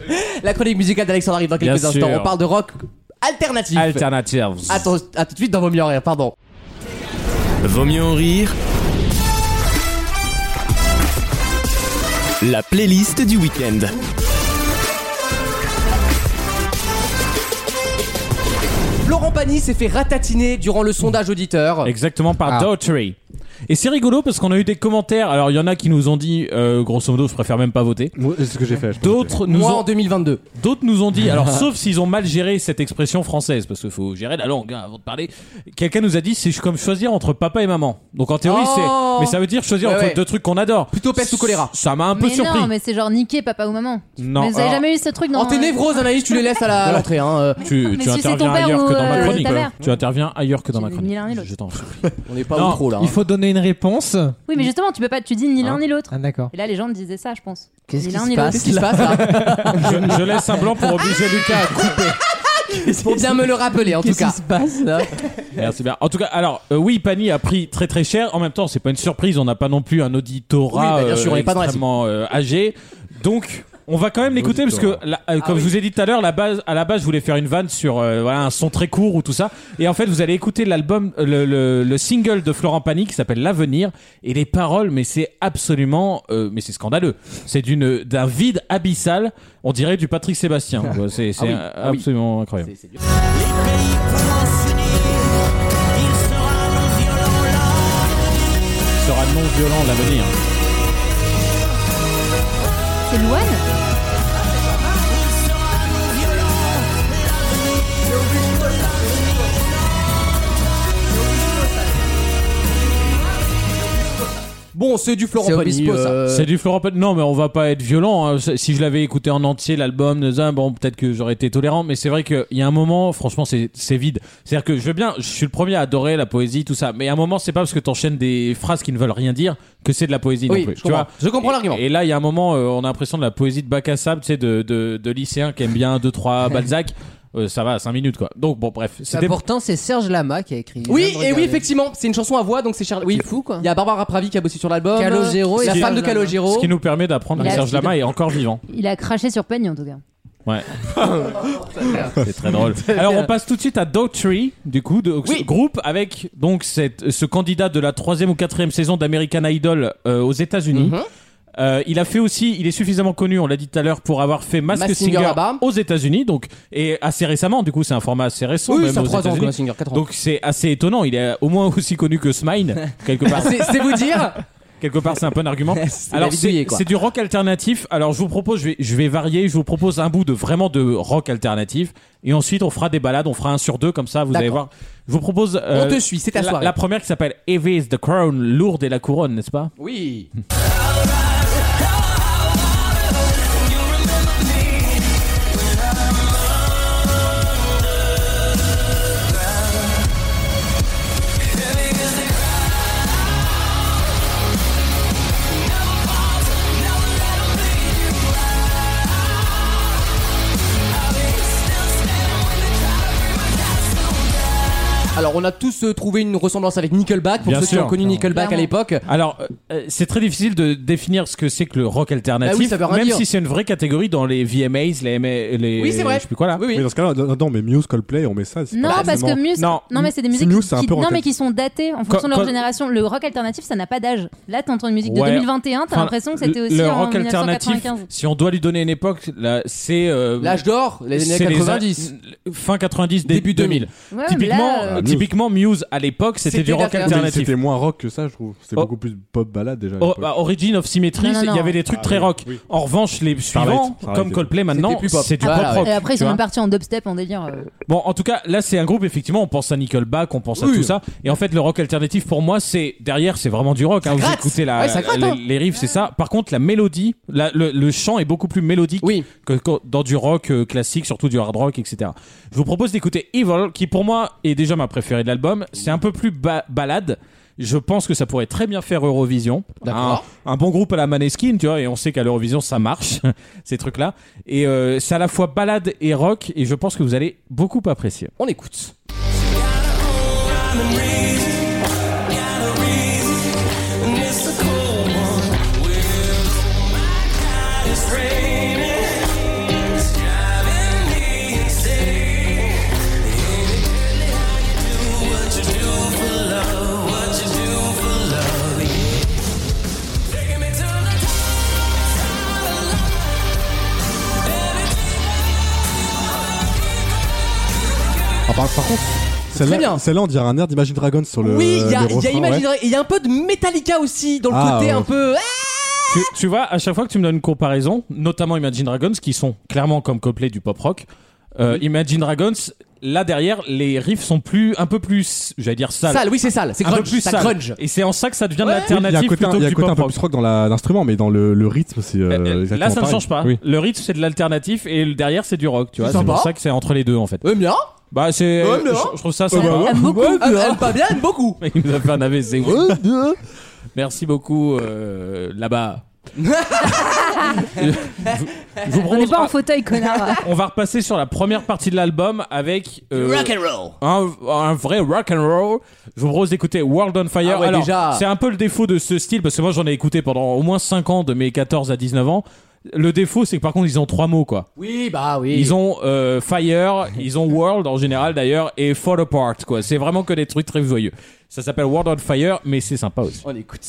B: La chronique musicale d'Alexandre arrive dans quelques
D: Bien
B: instants.
D: sûr.
B: On parle de rock alternatif.
D: Alternatives.
B: Attends, à tout de suite dans vos mieux en rire, pardon.
A: Vaut mieux en rire. La playlist du week-end.
B: Florent Pagny s'est fait ratatiner durant le sondage auditeur.
D: Exactement par
C: Ah.
D: Daughtry. Et c'est rigolo parce qu'on a eu des commentaires. Alors, il y en a qui nous ont dit, euh, grosso modo, je préfère même pas voter.
E: C'est ce que j'ai fait.
D: D'autres nous
B: Moi
D: ont
B: en 2022.
D: D'autres nous ont dit, alors sauf s'ils ont mal géré cette expression française, parce qu'il faut gérer la langue hein, avant de parler. Quelqu'un nous a dit, c'est comme choisir entre papa et maman. Donc en théorie,
B: Oh
D: c'est. Mais ça veut dire choisir
B: Ouais,
D: entre
B: ouais.
D: deux trucs qu'on adore.
B: Plutôt peste ou choléra.
D: Ça m'a un peu
F: mais
D: surpris.
F: non, mais c'est genre niquer papa ou maman.
D: Non,
F: mais vous avez
D: alors,
F: jamais eu ce truc dans
B: En tes névroses, Anaïs, tu les laisses à la- à l'entrée. hein, euh,
D: Tu,
F: Mais
D: tu
F: si c'est ton
D: interviens
F: père
D: ailleurs
F: ou,
D: que dans ma
F: euh,
D: chronique.
F: ta mère.
D: Tu interviens ailleurs que dans ma
F: Ni
D: chronique.
F: l'un ni l'autre.
D: Je t'en supplie.
B: On n'est pas
D: Non,
B: au trop là.
G: Il
B: hein.
G: faut donner une réponse.
F: Oui, mais justement, tu peux pas, tu dis ni l'un
D: Hein
F: ni l'autre.
G: Ah, d'accord.
F: Et là, les gens disaient ça, je pense.
C: Qu'est-ce
F: Ni
C: qui
F: l'un
C: se
F: ni
C: passe
B: Qu'est-ce qui se passe là
D: Je, je laisse un blanc pour obliger Lucas à couper.
B: Faut bien me le rappeler en tout
C: Qu'est-ce
B: cas.
C: qui se passe là
D: Merci bien. En tout cas, alors euh, oui, Pani a pris très très cher. En même temps, c'est pas une surprise. On n'a pas non plus un auditorat
B: Oui, bah, bien sûr,
D: euh,
B: on est pas dans la
D: extrêmement euh, âgé. Donc, on va quand même l'écouter parce que, la- euh, comme
B: Ah oui.
D: je vous ai dit tout à l'heure, la base, à la base, je voulais faire une vanne sur euh, voilà un son très court ou tout ça. Et en fait, vous allez écouter l'album, euh, le, le- le single de Florent Pagny qui s'appelle L'avenir et les paroles. Mais c'est absolument, euh, mais c'est scandaleux. C'est d'une d'un vide abyssal. On dirait du Patrick Sébastien. Ouais, C'est c'est,
B: oui,
D: euh,
B: ah oui.
D: absolument incroyable.
B: C'est- c'est dur.
D: sera non violent l'avenir.
F: C'est Louane
B: Bon, c'est du Florent
C: C'est
B: Pagny.
C: Obispo, ça.
B: euh,
D: C'est du Florent Pagny. Non, mais on va pas être violent. hein. C'est- Si je l'avais écouté en entier, l'album, de Zin, bon, peut-être que j'aurais été tolérant. Mais c'est vrai qu'il y a un moment, franchement, c'est c'est vide. C'est-à-dire que je veux bien, je suis le premier à adorer la poésie, tout ça. Mais à un moment, c'est pas parce que t'enchaînes des phrases qui ne veulent rien dire que c'est de la poésie
B: Oui,
D: non plus.
B: je
D: tu
B: comprends.
D: vois
B: Je comprends
D: Et-
B: l'argument.
D: Et là, il y a un moment, euh, on a l'impression de la poésie de bac à sable, tu sais, de, de, de lycéens qui aiment bien 2-3 Balzac. Euh, ça va, 5 minutes, quoi. Donc, bon, bref.
C: Ah,
D: C'était
C: Pourtant, c'est Serge Lama qui a écrit. Je
B: Oui,
C: viens de
B: et oui,
C: regarder.
B: effectivement, c'est une chanson à voix, donc c'est Charles. Oui,
C: C'est fou quoi.
B: Il y a Barbara Pravi qui a bossé sur l'album.
C: Calogero et
B: la
C: Serge
B: femme de
C: Lama.
B: Calogero.
D: ce qui nous permet d'apprendre que
F: Il a-
D: Serge Lama est encore vivant.
F: Il a craché sur Peigne en tout cas.
D: C'est très drôle. Alors on passe tout de suite à Daughtry, du coup, de,
B: Oui.
D: groupe avec donc cette, ce candidat de la troisième ou quatrième saison d'American Idol euh, aux États-Unis.
B: Mhm.
D: Euh, il a fait aussi, il est suffisamment connu, on l'a dit tout à l'heure, pour avoir fait Mask,
B: Mask Singer
D: Singer,
B: là-bas.
D: aux États-Unis, donc et assez récemment. Du coup, c'est un format assez récent.
B: Oui,
D: même
B: ça a
D: aux
B: 3 ans,
D: États-Unis.
B: Thomas Singer, 4 ans.
D: Donc c'est assez étonnant. Il est au moins aussi connu que Smine quelque part.
B: C'est c'est vous dire
D: Quelque part, c'est un bon argument.
B: C'est
D: Alors,
B: David
D: c'est
B: Douillet, quoi.
D: c'est du rock alternatif. Alors, je vous propose, je vais, je vais varier. Je vous propose un bout de vraiment de rock alternatif. Et ensuite, on fera des balades. On fera un sur deux, comme ça, vous allez
B: D'accord.
D: voir. Je vous propose. euh,
B: On te suit, c'est ta
D: la-
B: soirée.
D: La, première qui s'appelle Heavy is the Crown, lourde et la couronne, n'est-ce pas
B: Oui. Alors on a tous euh, trouvé une ressemblance avec Nickelback pour
D: Bien
B: ceux qui
D: sûr.
B: ont connu Nickelback à
F: Clairement.
B: l'époque.
D: Alors, euh, euh, c'est très difficile de définir ce que c'est que le rock alternatif,
B: Bah oui, ça veut rien
D: même
B: dire.
D: si c'est une vraie catégorie dans les VMAs, les, MA les
B: Oui, c'est vrai.
D: je sais plus quoi là.
B: Ah Oui, oui.
E: Mais dans ce cas-là, non, non, mais Muse, Coldplay, on met ça. c'est
H: Bah,
F: Non,
E: pas
F: parce que
E: forcément-
F: Muse.
D: Non.
F: mais c'est des
E: Muse,
F: musiques
E: c'est un
F: qui...
E: peu
F: non,
E: rock
F: mais qui sont datées en fonction de leur
D: quand-
F: génération. Le rock alternatif, ça n'a pas d'âge. Là, t'entends une musique de
D: Ouais.
F: 2021, t'as
D: Enfin,
F: l'impression que c'était
D: le-
F: aussi
D: le
F: en
D: rock alternatif.
F: 1995.
D: Si on doit lui donner une époque, là, c'est euh,
B: L'âge d'or, les années
D: c'est
B: 90.
D: a- fin 90, début
B: Début Ah,
D: 2000.
F: Ouais, mais
D: typiquement,
F: là, euh,
E: euh, Muse.
D: typiquement, Muse à l'époque, c'était
B: C'était
D: du rock
B: la-
D: alternatif.
E: C'était moins rock que ça, je trouve. C'était
D: Oh.
E: beaucoup plus pop balade déjà. à
D: Oh,
E: l'époque. Ah
D: bah, Origin of Symmetry,
F: Non, non,
D: c'est- il y
F: non.
D: avait des trucs très
E: oui,
D: rock.
E: oui.
D: En revanche, les suivants,
E: Starlight
D: comme
E: était-
D: Coldplay maintenant,
B: C'était plus pop. Ah,
D: c'est du
B: Voilà,
D: pop
B: ouais.
D: rock.
F: Et après, ils
D: euh, tu
F: sont
D: vois.
F: même partis en dubstep, en délire. euh.
D: Bon, en tout cas, là, c'est un groupe, effectivement, on pense à Nickelback, on pense à
B: Oui.
D: tout ça. Et en fait, le rock alternatif, pour moi, c'est derrière, c'est vraiment du rock. hein. Vous
B: gratte.
D: écoutez la,
B: Ouais, ça gratte,
D: les,
B: hein.
D: les riffs, c'est ça. Par contre, la mélodie, la- le, le chant est beaucoup plus mélodique
B: Oui.
D: que, que dans du rock euh, classique, surtout du hard rock, etc. Je vous propose d'écouter Evil, qui pour moi est déjà ma préférée de l'album. C'est un peu plus ba- balade. Je pense que ça pourrait très bien faire Eurovision.
B: D'accord.
D: Un, un bon groupe à la Maneskin, tu vois, et on sait qu'à l'Eurovision ça marche, ces trucs-là. Et euh, c'est à la fois balade et rock, et je pense que vous allez beaucoup apprécier.
B: On écoute.
E: Ah, par, par contre,
B: Très bien.
E: Celle-là, celle-là, on dirait un air d'Imagine Dragons sur le.
B: oui, il y a,
E: le
B: il y a
E: refrain,
B: Imagine
E: ouais.
B: Dragons- et il y a un peu de Metallica aussi dans le
E: Ah,
B: côté
E: ouais.
B: un peu. eh,
D: tu, tu vois, à chaque fois que tu me donnes une comparaison, notamment Imagine Dragons, qui sont clairement comme Coplay du pop rock, euh, Imagine Dragons, là derrière, les riffs sont plus, un peu plus, j'allais dire sales.
B: Sale, oui, c'est sale, c'est
D: Un peu
B: grunge,
D: plus
B: ça
D: sale.
B: grunge.
D: Et c'est en ça que ça devient de
B: Ouais.
E: Il y a un
D: l'alternative
E: côté,
D: plutôt
E: il y
D: que
E: a un
D: du
E: côté un
D: pop
E: peu
D: rock.
E: plus rock dans la- l'instrument, mais dans le, le rythme, c'est. euh,
D: Euh,
E: exactement
D: Là, ça ne
E: pareil.
D: change pas.
E: Oui.
D: Le rythme, c'est de l'alternatif et le derrière, c'est du rock. Tu vois,
B: C'est
D: c'est pour
B: sympa.
D: ça que c'est entre les deux en fait.
B: Eh bien,
D: Bah, c'est.
B: Ouais, mais
D: je,
B: hein.
D: je trouve ça
F: Elle-
D: sympa.
F: elle aime beaucoup.
B: elle- elle pas bien, elle aime beaucoup.
D: Il nous a fait un AVC. Ouais. Merci beaucoup euh, là-bas. Je- je vous
F: On n'est
D: propose-
F: pas en fauteuil, connard.
D: on va repasser sur la première partie de l'album avec euh,
B: Rock and roll.
D: un, un vrai rock and roll. Je vous propose d'écouter World on Fire.
B: Ah ouais,
D: Alors,
B: déjà.
D: c'est un peu le défaut de ce style parce que moi j'en ai écouté pendant au moins 5 ans de mes 14 à 19 ans. Le défaut, c'est que par contre, ils ont trois mots quoi.
B: Oui, bah oui.
D: Ils ont euh, Fire, ils ont World en général d'ailleurs et Fall Apart quoi. C'est vraiment que des trucs très joyeux. Ça s'appelle World on Fire, mais c'est sympa aussi.
B: On écoute.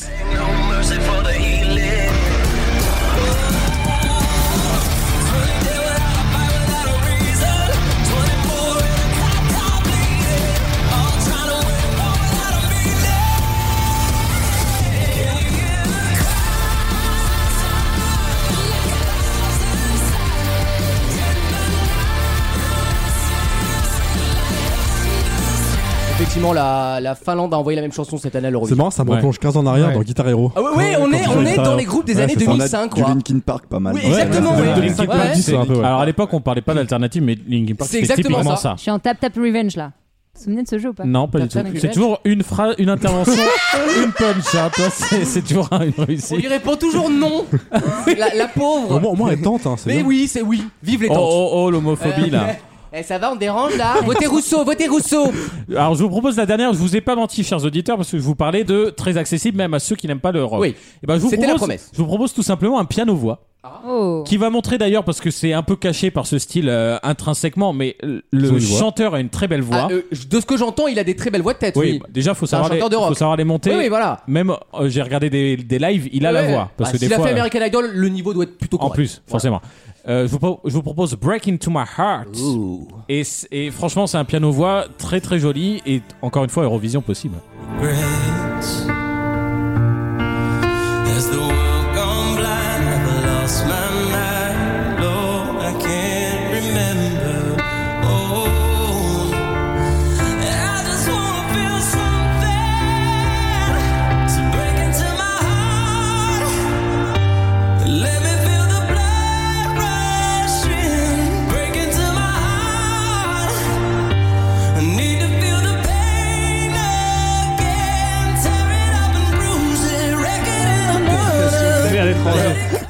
B: Effectivement, la, la Finlande a envoyé la même chanson cette année à l'Eurovision.
E: C'est marrant, ça me
D: Ouais.
E: replonge 15 ans en arrière
D: Ouais.
E: dans Guitar Hero.
B: Ah ouais, ouais, on est,
E: Quand
B: on
E: j'ai
B: est
E: ça,
B: dans les groupes des
E: ouais,
B: années
E: c'est ça.
H: On a
B: 2005,
H: du
B: quoi.
H: Linkin Park pas mal.
B: Oui, exactement,
E: Ouais,
B: oui.
E: c'est Linkin Park,
B: Ouais.
E: c'est un peu, ouais.
D: Alors à l'époque, on parlait pas d'alternative, mais Linkin Park
B: C'est
D: c'était
B: exactement
D: typiquement
B: ça.
D: ça.
F: Je suis en tap tap revenge là. Vous vous souvenez de ce jeu ou pas
D: Non, pas du tout.
B: Captain
D: C'est
B: Crunch.
D: toujours une phrase, une intervention, une punch. hein. Toi, c'est c'est toujours une
B: On
D: réussite.
B: lui répond toujours non. la, la
E: Au
B: pauvre.
E: moins, au moins, elle tente, hein, c'est
B: Mais
E: bien.
B: oui, c'est oui. Vive les
D: Oh,
B: tantes.
D: oh, oh, l'homophobie là.
B: Eh, ça va, on dérange là Votez Rousseau, votez Rousseau
D: Alors, je vous propose la dernière. Je vous ai pas menti, chers auditeurs, parce que je vous parlais de très accessible, même à ceux qui n'aiment pas le rock.
B: Oui.
D: Et ben, je vous
B: C'était la
D: propose,
B: promesse.
D: Je vous propose tout simplement un piano voix.
F: Oh.
D: Qui va montrer d'ailleurs, parce que c'est un peu caché par ce style euh, intrinsèquement, mais euh,
E: Ils ont
D: le
E: une voix.
D: chanteur a une très belle
B: Ah,
D: voix.
B: euh, je- De ce que j'entends, il a des très belles voix de tête, oui.
D: bah, déjà, faut
B: C'est un
D: savoir, les,
B: chanteur de rock.
D: faut savoir les monter.
B: Oui, oui, voilà.
D: Même, euh, j'ai regardé des, des lives, il a la
B: Ouais.
D: voix. Parce
B: Bah,
D: que des
B: S'il a
D: fois,
B: fait
D: euh,
B: American Idol, le niveau doit être plutôt
D: En
B: correct.
D: plus, forcément. Euh, je, vous, pro- je vous propose Break Into My Heart.
B: Ouh.
D: Et, c- et franchement, c'est un piano-voix très très joli et encore une fois, Eurovision possible.
A: Has the world gone blind? Have I lost my mind? Lord, I can't remember. Oh, I just wanna feel something. So break into my heart. Let me feel the blood rushing. Break into my heart. I need to feel the pain again. Tear it up and bruise it. Wreck it in another.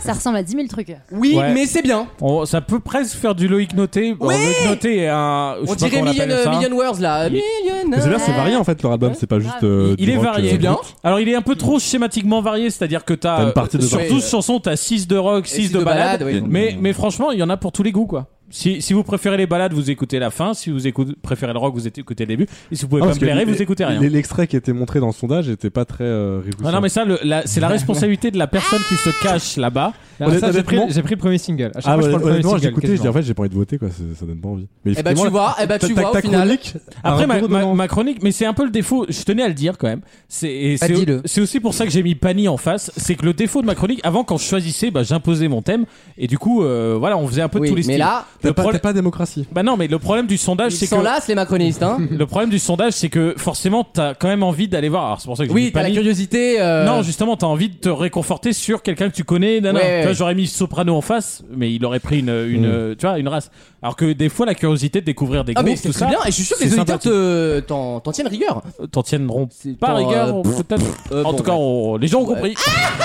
F: Ça ressemble à 10 000 trucs.
B: Oui,
D: Ouais.
B: mais c'est bien.
D: On- ça peut presque faire du Loïc Noté. Bon,
B: Oui
D: Loïc Noté est un. je sais
B: On
D: pas
B: dirait
D: comment
B: million,
D: appelle ça.
B: million Words là.
D: Il-
B: Million.
E: Mais c'est bien, c'est varié en fait leur album, c'est pas juste. euh,
D: Il
E: du
D: est
E: rock,
D: varié.
E: euh,
B: C'est bien.
D: Alors, il est un peu trop schématiquement varié, c'est-à-dire que
E: T'as
D: t'as.
E: une partie de
D: sur
B: partie.
D: 12 chansons, t'as 6 de rock, 6 de, balade.
B: oui.
D: Mais, mais franchement, il y en a pour tous les goûts, quoi. Si, si vous préférez les balades, vous écoutez la fin. Si vous écoutez, préférez le rock, vous écoutez le début. Et si vous pouvez
E: Ah,
D: pas
E: parce
D: me
E: que
D: plaire,
E: les-
D: vous écoutez rien.
E: les- L'extrait qui était montré dans le sondage était pas très euh,
D: Non,
E: réjouissant.
D: non, mais ça, le- la- c'est la responsabilité de la personne qui se cache là-bas.
G: Alors
E: Honnêt-
G: bah, ça, J'ai pris,
E: honnêtement-
G: j'ai pris le premier single.
E: Ah,
G: À chaque fois, je
E: ouais,
G: prends le premier
E: honnêtement, j'ai
G: single,
E: écouté, je dis
G: quasiment.
E: en fait, j'ai pas envie de voter, quoi, c'est- ça donne pas envie. Mais
B: Eh bah tu
E: effectivement,
B: vois, eh bah
E: ta-
B: tu
E: ta-
B: vois au
E: ta
B: final.
E: chronique,
D: Après,
E: un
D: ma,
E: retour
D: ma-
E: dedans.
D: ma chronique, mais c'est un peu le défaut, je tenais à le dire quand même. C'est, et c'est,
C: dis-le.
D: c'est aussi pour ça que j'ai mis Pani en face. C'est que le défaut de ma chronique, avant, quand je choisissais, bah, j'imposais mon thème. Et du coup, euh, voilà, on faisait un peu de
B: Oui,
D: tous les
B: mais
D: styles.
B: là,
E: T'as
D: le
E: pas,
D: problème-
E: t'as pas démocratie.
D: Bah non, mais le problème du sondage,
B: ils
D: c'est
B: s'en
D: que.
B: lassent les macronistes. Hein.
D: Le problème du sondage, c'est que forcément, t'as quand même envie d'aller voir. Alors, c'est pour ça que j'ai mis
B: oui, t'as la
D: Pani.
B: curiosité. euh,
D: Non, justement, t'as envie de te réconforter sur quelqu'un que tu connais. Nana.
B: Ouais, ouais,
D: Tu vois,
B: ouais.
D: j'aurais mis Soprano en face, mais il aurait pris une, une, euh, tu vois, une race. Alors que des fois, la curiosité de découvrir des
B: Ah
D: groupes,
B: mais c'est
D: tout
B: très
D: ça,
B: bien et je suis sûr que les
D: c'est
B: auditeurs te- t'en t'en tiennent rigueur.
D: t'en tiendront
B: C'est-
D: pas
B: t'en,
D: rigueur.
B: euh,
D: ou peut-être.
B: euh,
D: en
B: bon,
D: tout cas, on- les gens ont compris.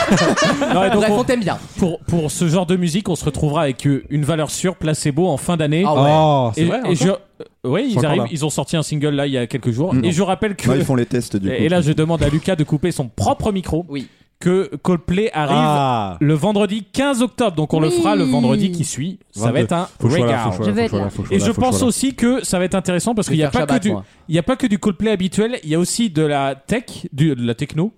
D: Non, et donc,
B: Bref,
D: on-
B: on t'aime bien.
D: pour, pour ce genre de musique, on se retrouvera avec euh, une valeur sûre, placebo, en fin d'année.
B: Ah ouais.
E: Oh, c'est
D: Et-
E: vrai.
D: et je- euh, Oui,
E: Ils sont
D: ils
E: encore
D: arrivent,
E: là.
D: ils ont sorti un single là il y a quelques jours.
H: Mm.
D: Et je rappelle que.
H: Ouais, ils font les tests du coup.
D: Et là, je demande à Lucas de couper son propre micro.
B: Oui.
D: Que Coldplay arrive
E: Ah.
D: le vendredi 15 octobre. Donc on le
F: Oui.
D: fera le vendredi qui suit. Ça va
E: 22.
D: être un
E: Faut que je sois là,
D: regard.
E: faut que
F: Je vais
E: je sois
F: être
E: là, faut que je sois là.
F: là.
E: faut que je sois
D: Et
E: là,
D: je
E: faut que je
D: pense
E: sois là.
D: aussi que ça va être intéressant parce
B: Je vais
D: qu'il n'y a
B: faire
D: pas que
B: Shabbat,
D: du,
B: moi.
D: il y a pas que du Coldplay habituel, il y a aussi de la tech, du, de la techno.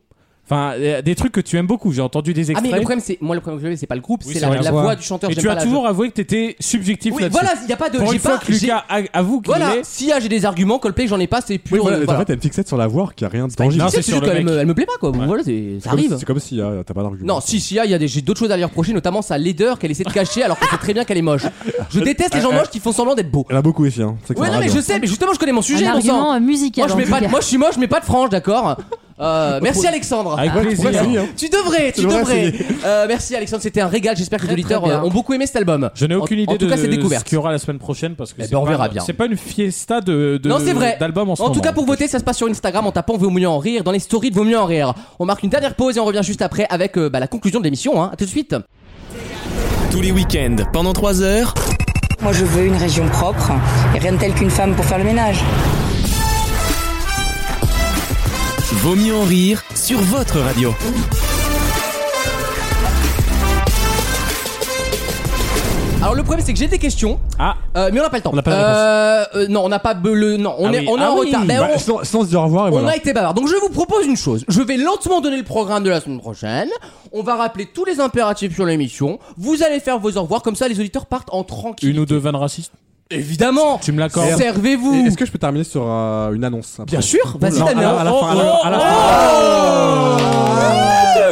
D: Enfin, euh, des trucs que tu aimes beaucoup. J'ai entendu des
B: Ah mais le
D: extraits.
B: problème c'est moi le problème que j'avais c'est pas le groupe
D: Oui,
B: c'est la, la voix du chanteur.
D: Et
B: j'aime
D: tu
B: pas
D: as
B: la-
D: toujours avoué que t'étais subjectif
B: Oui,
D: là-dessus.
B: voilà, il y a pas de-
D: Pour
B: j'ai
D: une fois
B: pas-
D: que
B: j'ai-
D: Lucas a- avoue qu'il
B: Voilà
D: est.
B: si ah, j'ai des arguments Coldplay j'en ai pas c'est pur.
E: Oui, voilà,
B: euh,
E: et En
B: voilà.
E: fait, t'as une fixette sur la voix qui a rien de
B: Une
E: tangible.
B: petite truc, elle, me, elle me plaît pas quoi. Voilà c'est-
E: C'est
B: ça
E: comme-
B: arrive.
E: C'est comme si euh, t'as pas d'argument.
B: Non, si, si, ah, il y a des- j'ai d'autres choses à lui reprocher, notamment sa laideur qu'elle essaie de cacher alors qu'on sait très bien qu'elle est moche. Je déteste les gens moches qui font semblant d'être beaux.
E: Elle a beaucoup essayé. Hein. C'est que
B: Ouais,
E: ça
B: non, mais
E: rate,
B: je
E: hein.
B: sais, mais justement, je connais mon sujet,
F: Un
B: bon sang.
F: argument musical.
B: Moi, je mets pas, de- moi, je suis moche, mais pas de frange, d'accord Euh, merci Alexandre.
D: Avec
E: Ouais,
D: plaisir.
E: pourquoi c'est lui, hein
B: Tu devrais, tu
E: devrais
B: devrais.
E: essayer.
B: Euh, merci Alexandre, c'était un régal. J'espère que les
C: Très,
B: auditeurs
C: très
B: euh,
C: bien.
B: ont beaucoup aimé cet album.
D: Je n'ai
B: En-
D: aucune idée
B: en tout
D: de
B: cas, c'est découverte.
D: ce qu'il y aura la semaine prochaine parce que
B: Eh
D: c'est
B: ben, on
D: pas-
B: verra bien.
D: C'est pas une fiesta de de-
B: Non, c'est vrai.
D: d'albums en ce
B: En
D: moment.
B: tout cas, pour voter, ça se passe sur Instagram en tapant Vaut mieux en rire dans les stories de Vaut mieux en rire. On marque une dernière pause et on revient juste après avec euh, bah, la conclusion de l'émission. Hein. À tout de suite.
A: Tous les week-ends, pendant 3 heures,
I: Moi, je veux une région propre et rien de tel qu'une femme pour faire le ménage.
A: Vaut mieux en rire sur votre radio.
B: Alors le problème c'est que j'ai des questions,
D: Ah,
B: euh, mais on n'a pas le temps.
E: On n'a pas la
B: euh, euh, non, on n'a pas be- le non, on
D: Ah
B: est
D: oui,
B: on est
D: ah
B: en
D: oui.
B: retard. Ben,
E: Bah,
B: on-
E: sans, sans se dire au revoir, et
B: On
E: voilà.
B: a été bavard. Donc je vous propose une chose. Je vais lentement donner le programme de la semaine prochaine. On va rappeler tous les impératifs sur l'émission. Vous allez faire vos au revoir comme ça les auditeurs partent en tranquille.
D: une ou deux vannes racistes.
B: Évidemment.
D: Tu me l'accordes
E: Et
B: Servez-vous.
E: Est-ce que je peux terminer sur euh, une annonce après
B: Bien sûr. Oh Vas-y
E: Non, à la- à
B: Dana.
E: la fin, à
G: Oh,
E: la- à la fin.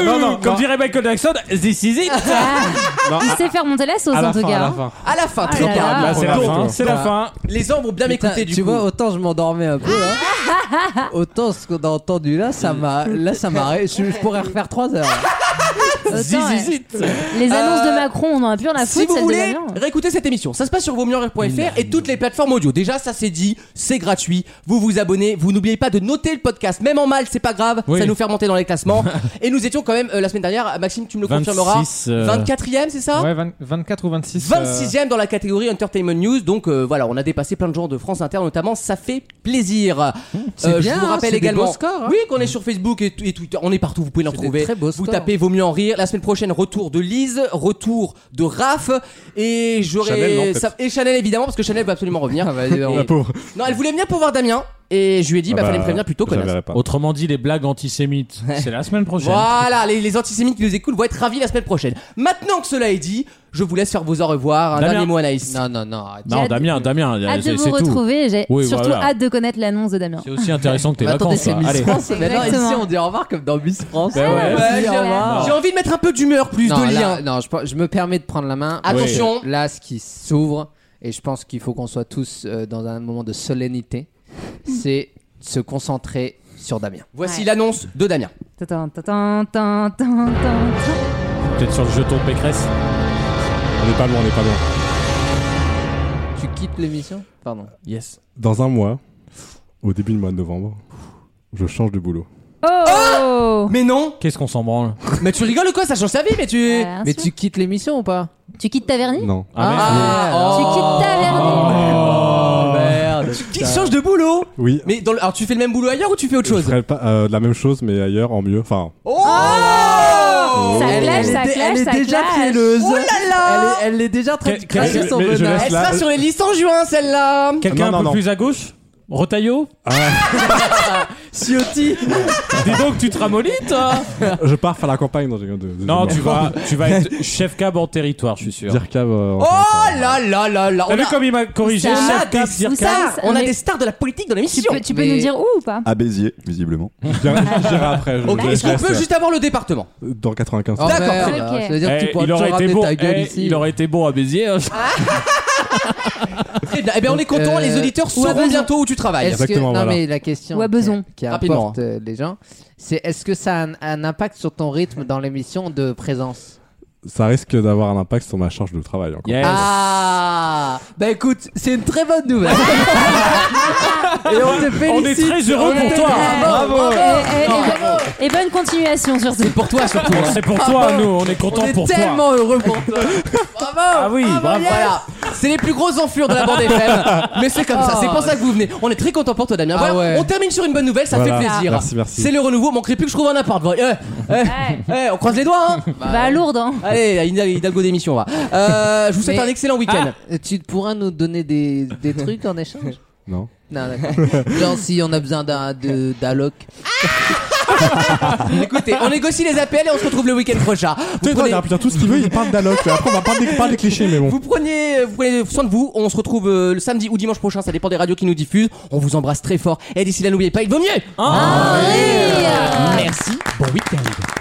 E: Non, non,
D: Comme
E: non.
D: dirait Michael Jackson,
B: Ah,
D: this is it.
E: Non,
F: Ah. Il
E: à-
F: sait faire monter la sauce
E: à la
F: en tout
E: fin, à la
F: cas.
E: fin.
B: À la fin. Très
F: là
B: bien.
F: là.
D: Là, c'est la
E: Ah,
D: fin.
E: ouais.
D: C'est la fin.
B: Les hommes vont bien
C: Putain,
B: m'écouter du
C: tu
B: coup.
C: vois, autant je m'endormais un peu, hein. autant ce qu'on a entendu là, ça m'a, là, ça m'a, ré- je, je pourrais refaire 3 heures.
F: Autant,
D: This is
F: ouais.
D: it.
F: Les annonces
B: Euh,
F: de Macron, on en a plus rien à foutre.
B: si vous
F: celle de
B: voulez Euh,
F: Damien.
B: réécouter cette émission, ça se passe sur vosmieuxenrire.fr et toutes les plateformes audio. Déjà, ça c'est dit, c'est gratuit. Vous vous abonnez, vous n'oubliez pas de noter le podcast, même en mal, c'est pas grave,
D: Oui.
B: ça nous fait remonter dans les classements. et nous étions quand même euh, la semaine dernière, Maxime, tu me le
D: 26,
B: confirmeras,
D: euh,
B: 24e, c'est ça
G: Ouais, 20 24 ou 26. euh,
B: 26e dans la catégorie Entertainment News, donc euh, voilà, on a dépassé plein de gens de France Inter notamment, ça fait plaisir. Euh,
C: bien,
B: je vous
C: hein,
B: rappelle
C: c'est des
B: également
C: beaux scores, hein.
B: oui qu'on est sur Facebook et, et Twitter, on est partout, vous pouvez nous
C: C'est des
B: retrouver.
C: très beaux
B: Vous
C: scores.
B: tapez Vaut mieux en rire. La semaine prochaine, retour de Lise, retour de Raph et
E: Chanel, non,
B: j'aurai
E: peut-être.
B: ça- et Chanel évidemment parce que Chanel va absolument revenir.
C: Ah, bah,
B: Et-
E: La pauvre.
B: Non, elle voulait venir pour voir Damien et je lui ai dit bah, fallait me prévenir plus tôt
E: j'avais
B: connasse.
E: la part.
D: Autrement dit, les blagues antisémites. C'est la semaine prochaine.
B: Voilà, les, les antisémites qui nous écoutent vont être ravis la semaine prochaine. Maintenant que cela est dit, je vous laisse faire vos au revoir. Un
D: Damien.
B: dernier mot Anaïs.
C: Non, non, non. arrête.
D: Non,
F: J'ai hâte-
D: Damien, Damien,
F: Hâte de
D: c'est
F: vous
D: c'est tout.
F: retrouver. J'ai
D: Oui,
F: surtout
D: voilà.
F: hâte de connaître l'annonce de Damien.
D: C'est aussi intéressant que tes
C: On va attendre
D: vacances.
C: c'est
D: hein.
C: Miss
D: Allez.
C: France. Maintenant, ici,
F: Exactement.
C: on dit au revoir comme dans Miss France.
D: Ben ouais.
B: Ouais,
C: Merci,
B: j'ai-
C: au revoir.
B: J'ai envie de mettre un peu d'humeur, plus
C: non,
B: de
C: là,
B: lien.
C: non, je, pe- je me permets de prendre la main.
B: Attention.
C: Parce que Là, ce qui s'ouvre, et je pense qu'il faut qu'on soit tous euh, dans un moment de solennité,
B: Hmm.
C: c'est se concentrer sur Damien.
B: Voici
F: Ouais.
B: l'annonce de Damien.
F: Tintin, tintin, tintin, tintin.
D: Peut-être sur le jeton de Pécresse.
E: On n'est pas loin, on n'est pas loin.
C: Tu quittes l'émission Pardon.
D: Yes.
E: Dans un mois, au début du mois de novembre, je change de boulot.
F: Oh
B: Mais non
D: Qu'est-ce qu'on s'en branle
B: Mais tu rigoles ou quoi Ça change sa vie, mais tu.
F: Voilà,
C: Mais
F: sûr.
C: tu quittes l'émission ou pas
F: Tu quittes Taverny
E: Non.
B: Ah,
F: Tu quittes Taverny
B: Oh, merde Qui change de boulot
E: Oui.
B: Mais dans le- alors tu fais le même boulot ailleurs ou tu fais autre
E: Je
B: chose
E: ferai pas, euh, la même chose, mais ailleurs, en mieux. Enfin,
B: Oh
F: Ça
B: Elle-
F: clash,
B: elle-
F: ça
C: dé-
F: clash,
C: elle
F: ça
C: est déjà
F: clash.
C: frileuse.
B: Oh là là
C: elle, est, elle est déjà en train de
D: Quel-
C: cracher
E: quel-
C: son
E: mais je
C: venin.
E: laisse
B: Elle
E: là-
B: sera sur les listes en juin, celle-là
D: Quelqu'un
E: Ah, Non,
D: un
E: non,
D: peu
E: non. Ah.
D: plus à gauche Rotaillot
B: Ciotti
D: Dis donc, tu te ramollis, toi
E: je pars faire la campagne. Non, j'ai- de- de-
D: Non,
E: de-
D: tu vas, tu vas être chef cab en territoire, je suis sûr.
E: Dire cave. euh, en
B: Oh
E: fait.
B: là là là là
D: T'as
B: On
D: vu
B: a,
D: comme il m'a corrigé
F: Où ça
D: Chef cab, dire
F: Où
D: cab.
F: ça
B: on a
F: Mais
B: des stars de la politique dans
F: Tu
B: l'émission
F: peux, tu peux
C: Mais-
F: nous dire où ou pas
H: À Ah, Béziers, visiblement.
E: Je dirai je dirai après. je-
B: Ok,
E: je
B: est-ce qu'on
E: laisse,
B: peut
E: euh,
B: juste avoir le département
E: Dans 95.
C: Oh,
B: D'accord,
C: merde,
B: très
F: bien.
C: Ça veut dire que tu
D: Eh,
C: pourras
D: il,
C: toujours
D: aurait été
C: ramener
D: bon,
C: ta gueule
D: eh,
C: ici. Ah,
D: il aurait été bon à Béziers. hein.
B: Très bien, eh bien on est
C: Donc,
B: content,
C: euh,
B: les auditeurs
C: où
B: sauront
C: a-t-on-
B: bientôt où tu travailles.
C: Ah, Est-ce que-
E: Exactement,
C: non,
E: voilà.
C: mais la question
F: Ou à Besançon.
C: qui, qui
B: Rapidement,
C: importe euh, les gens, c'est est-ce que ça a un, un impact sur ton rythme dans l'émission de présence
E: Ça risque d'avoir un impact sur ma charge de travail. encore.
D: Yes.
C: Ah Bah écoute, c'est une très bonne nouvelle. Et on te
D: On est
C: félicite.
D: très heureux pour toi.
F: Eh,
C: Bravo.
F: eh, eh, eh, Et bonne continuation surtout.
B: Pour toi surtout.
D: Bon,
B: hein.
D: C'est pour toi, nous. On est
C: Ah, On
D: contents
C: est
D: pour toi.
C: tellement heureux pour toi.
B: Bravo
D: Ah oui, bravo.
B: Voilà, c'est les plus grosses enflures de la bande FM. Mais c'est comme ça, c'est pour ça que vous venez. On est très content pour toi, Damien.
C: Ah
B: Voilà,
C: ouais.
B: on termine sur une bonne nouvelle, ça
E: Voilà.
B: fait plaisir. hein.
E: Merci, merci.
B: C'est le renouveau, manquerait plus que je trouve un appart. voilà. Eh, eh,
F: Ouais.
B: eh, on croise les doigts, hein.
F: Bah à Lourdes, hein.
B: Allez, à Hidalgo- Hidalgo d'émission, on va. Euh, je vous souhaite
C: Mais- Ah
B: un excellent week-end.
C: Tu pourras nous donner des, des trucs en échange
E: Non.
C: Non, d'accord. Genre si on a besoin d'un de- d'alloc.
B: Euh, Écoutez, on négocie les APL et on se retrouve le week-end prochain. Vous
E: Putain,
B: prenez,
E: putain, tout ce qu'il veut, il parle d'alloc. Après, on va parler des, pas des clichés, mais bon.
B: vous prenez- vous prenez soin de vous. On se retrouve euh, le samedi ou dimanche prochain. Ça dépend des radios qui nous diffusent. On vous embrasse très fort. Et d'ici là, n'oubliez pas, il vaut mieux.
F: Ah, rire
B: Merci. Bon week-end.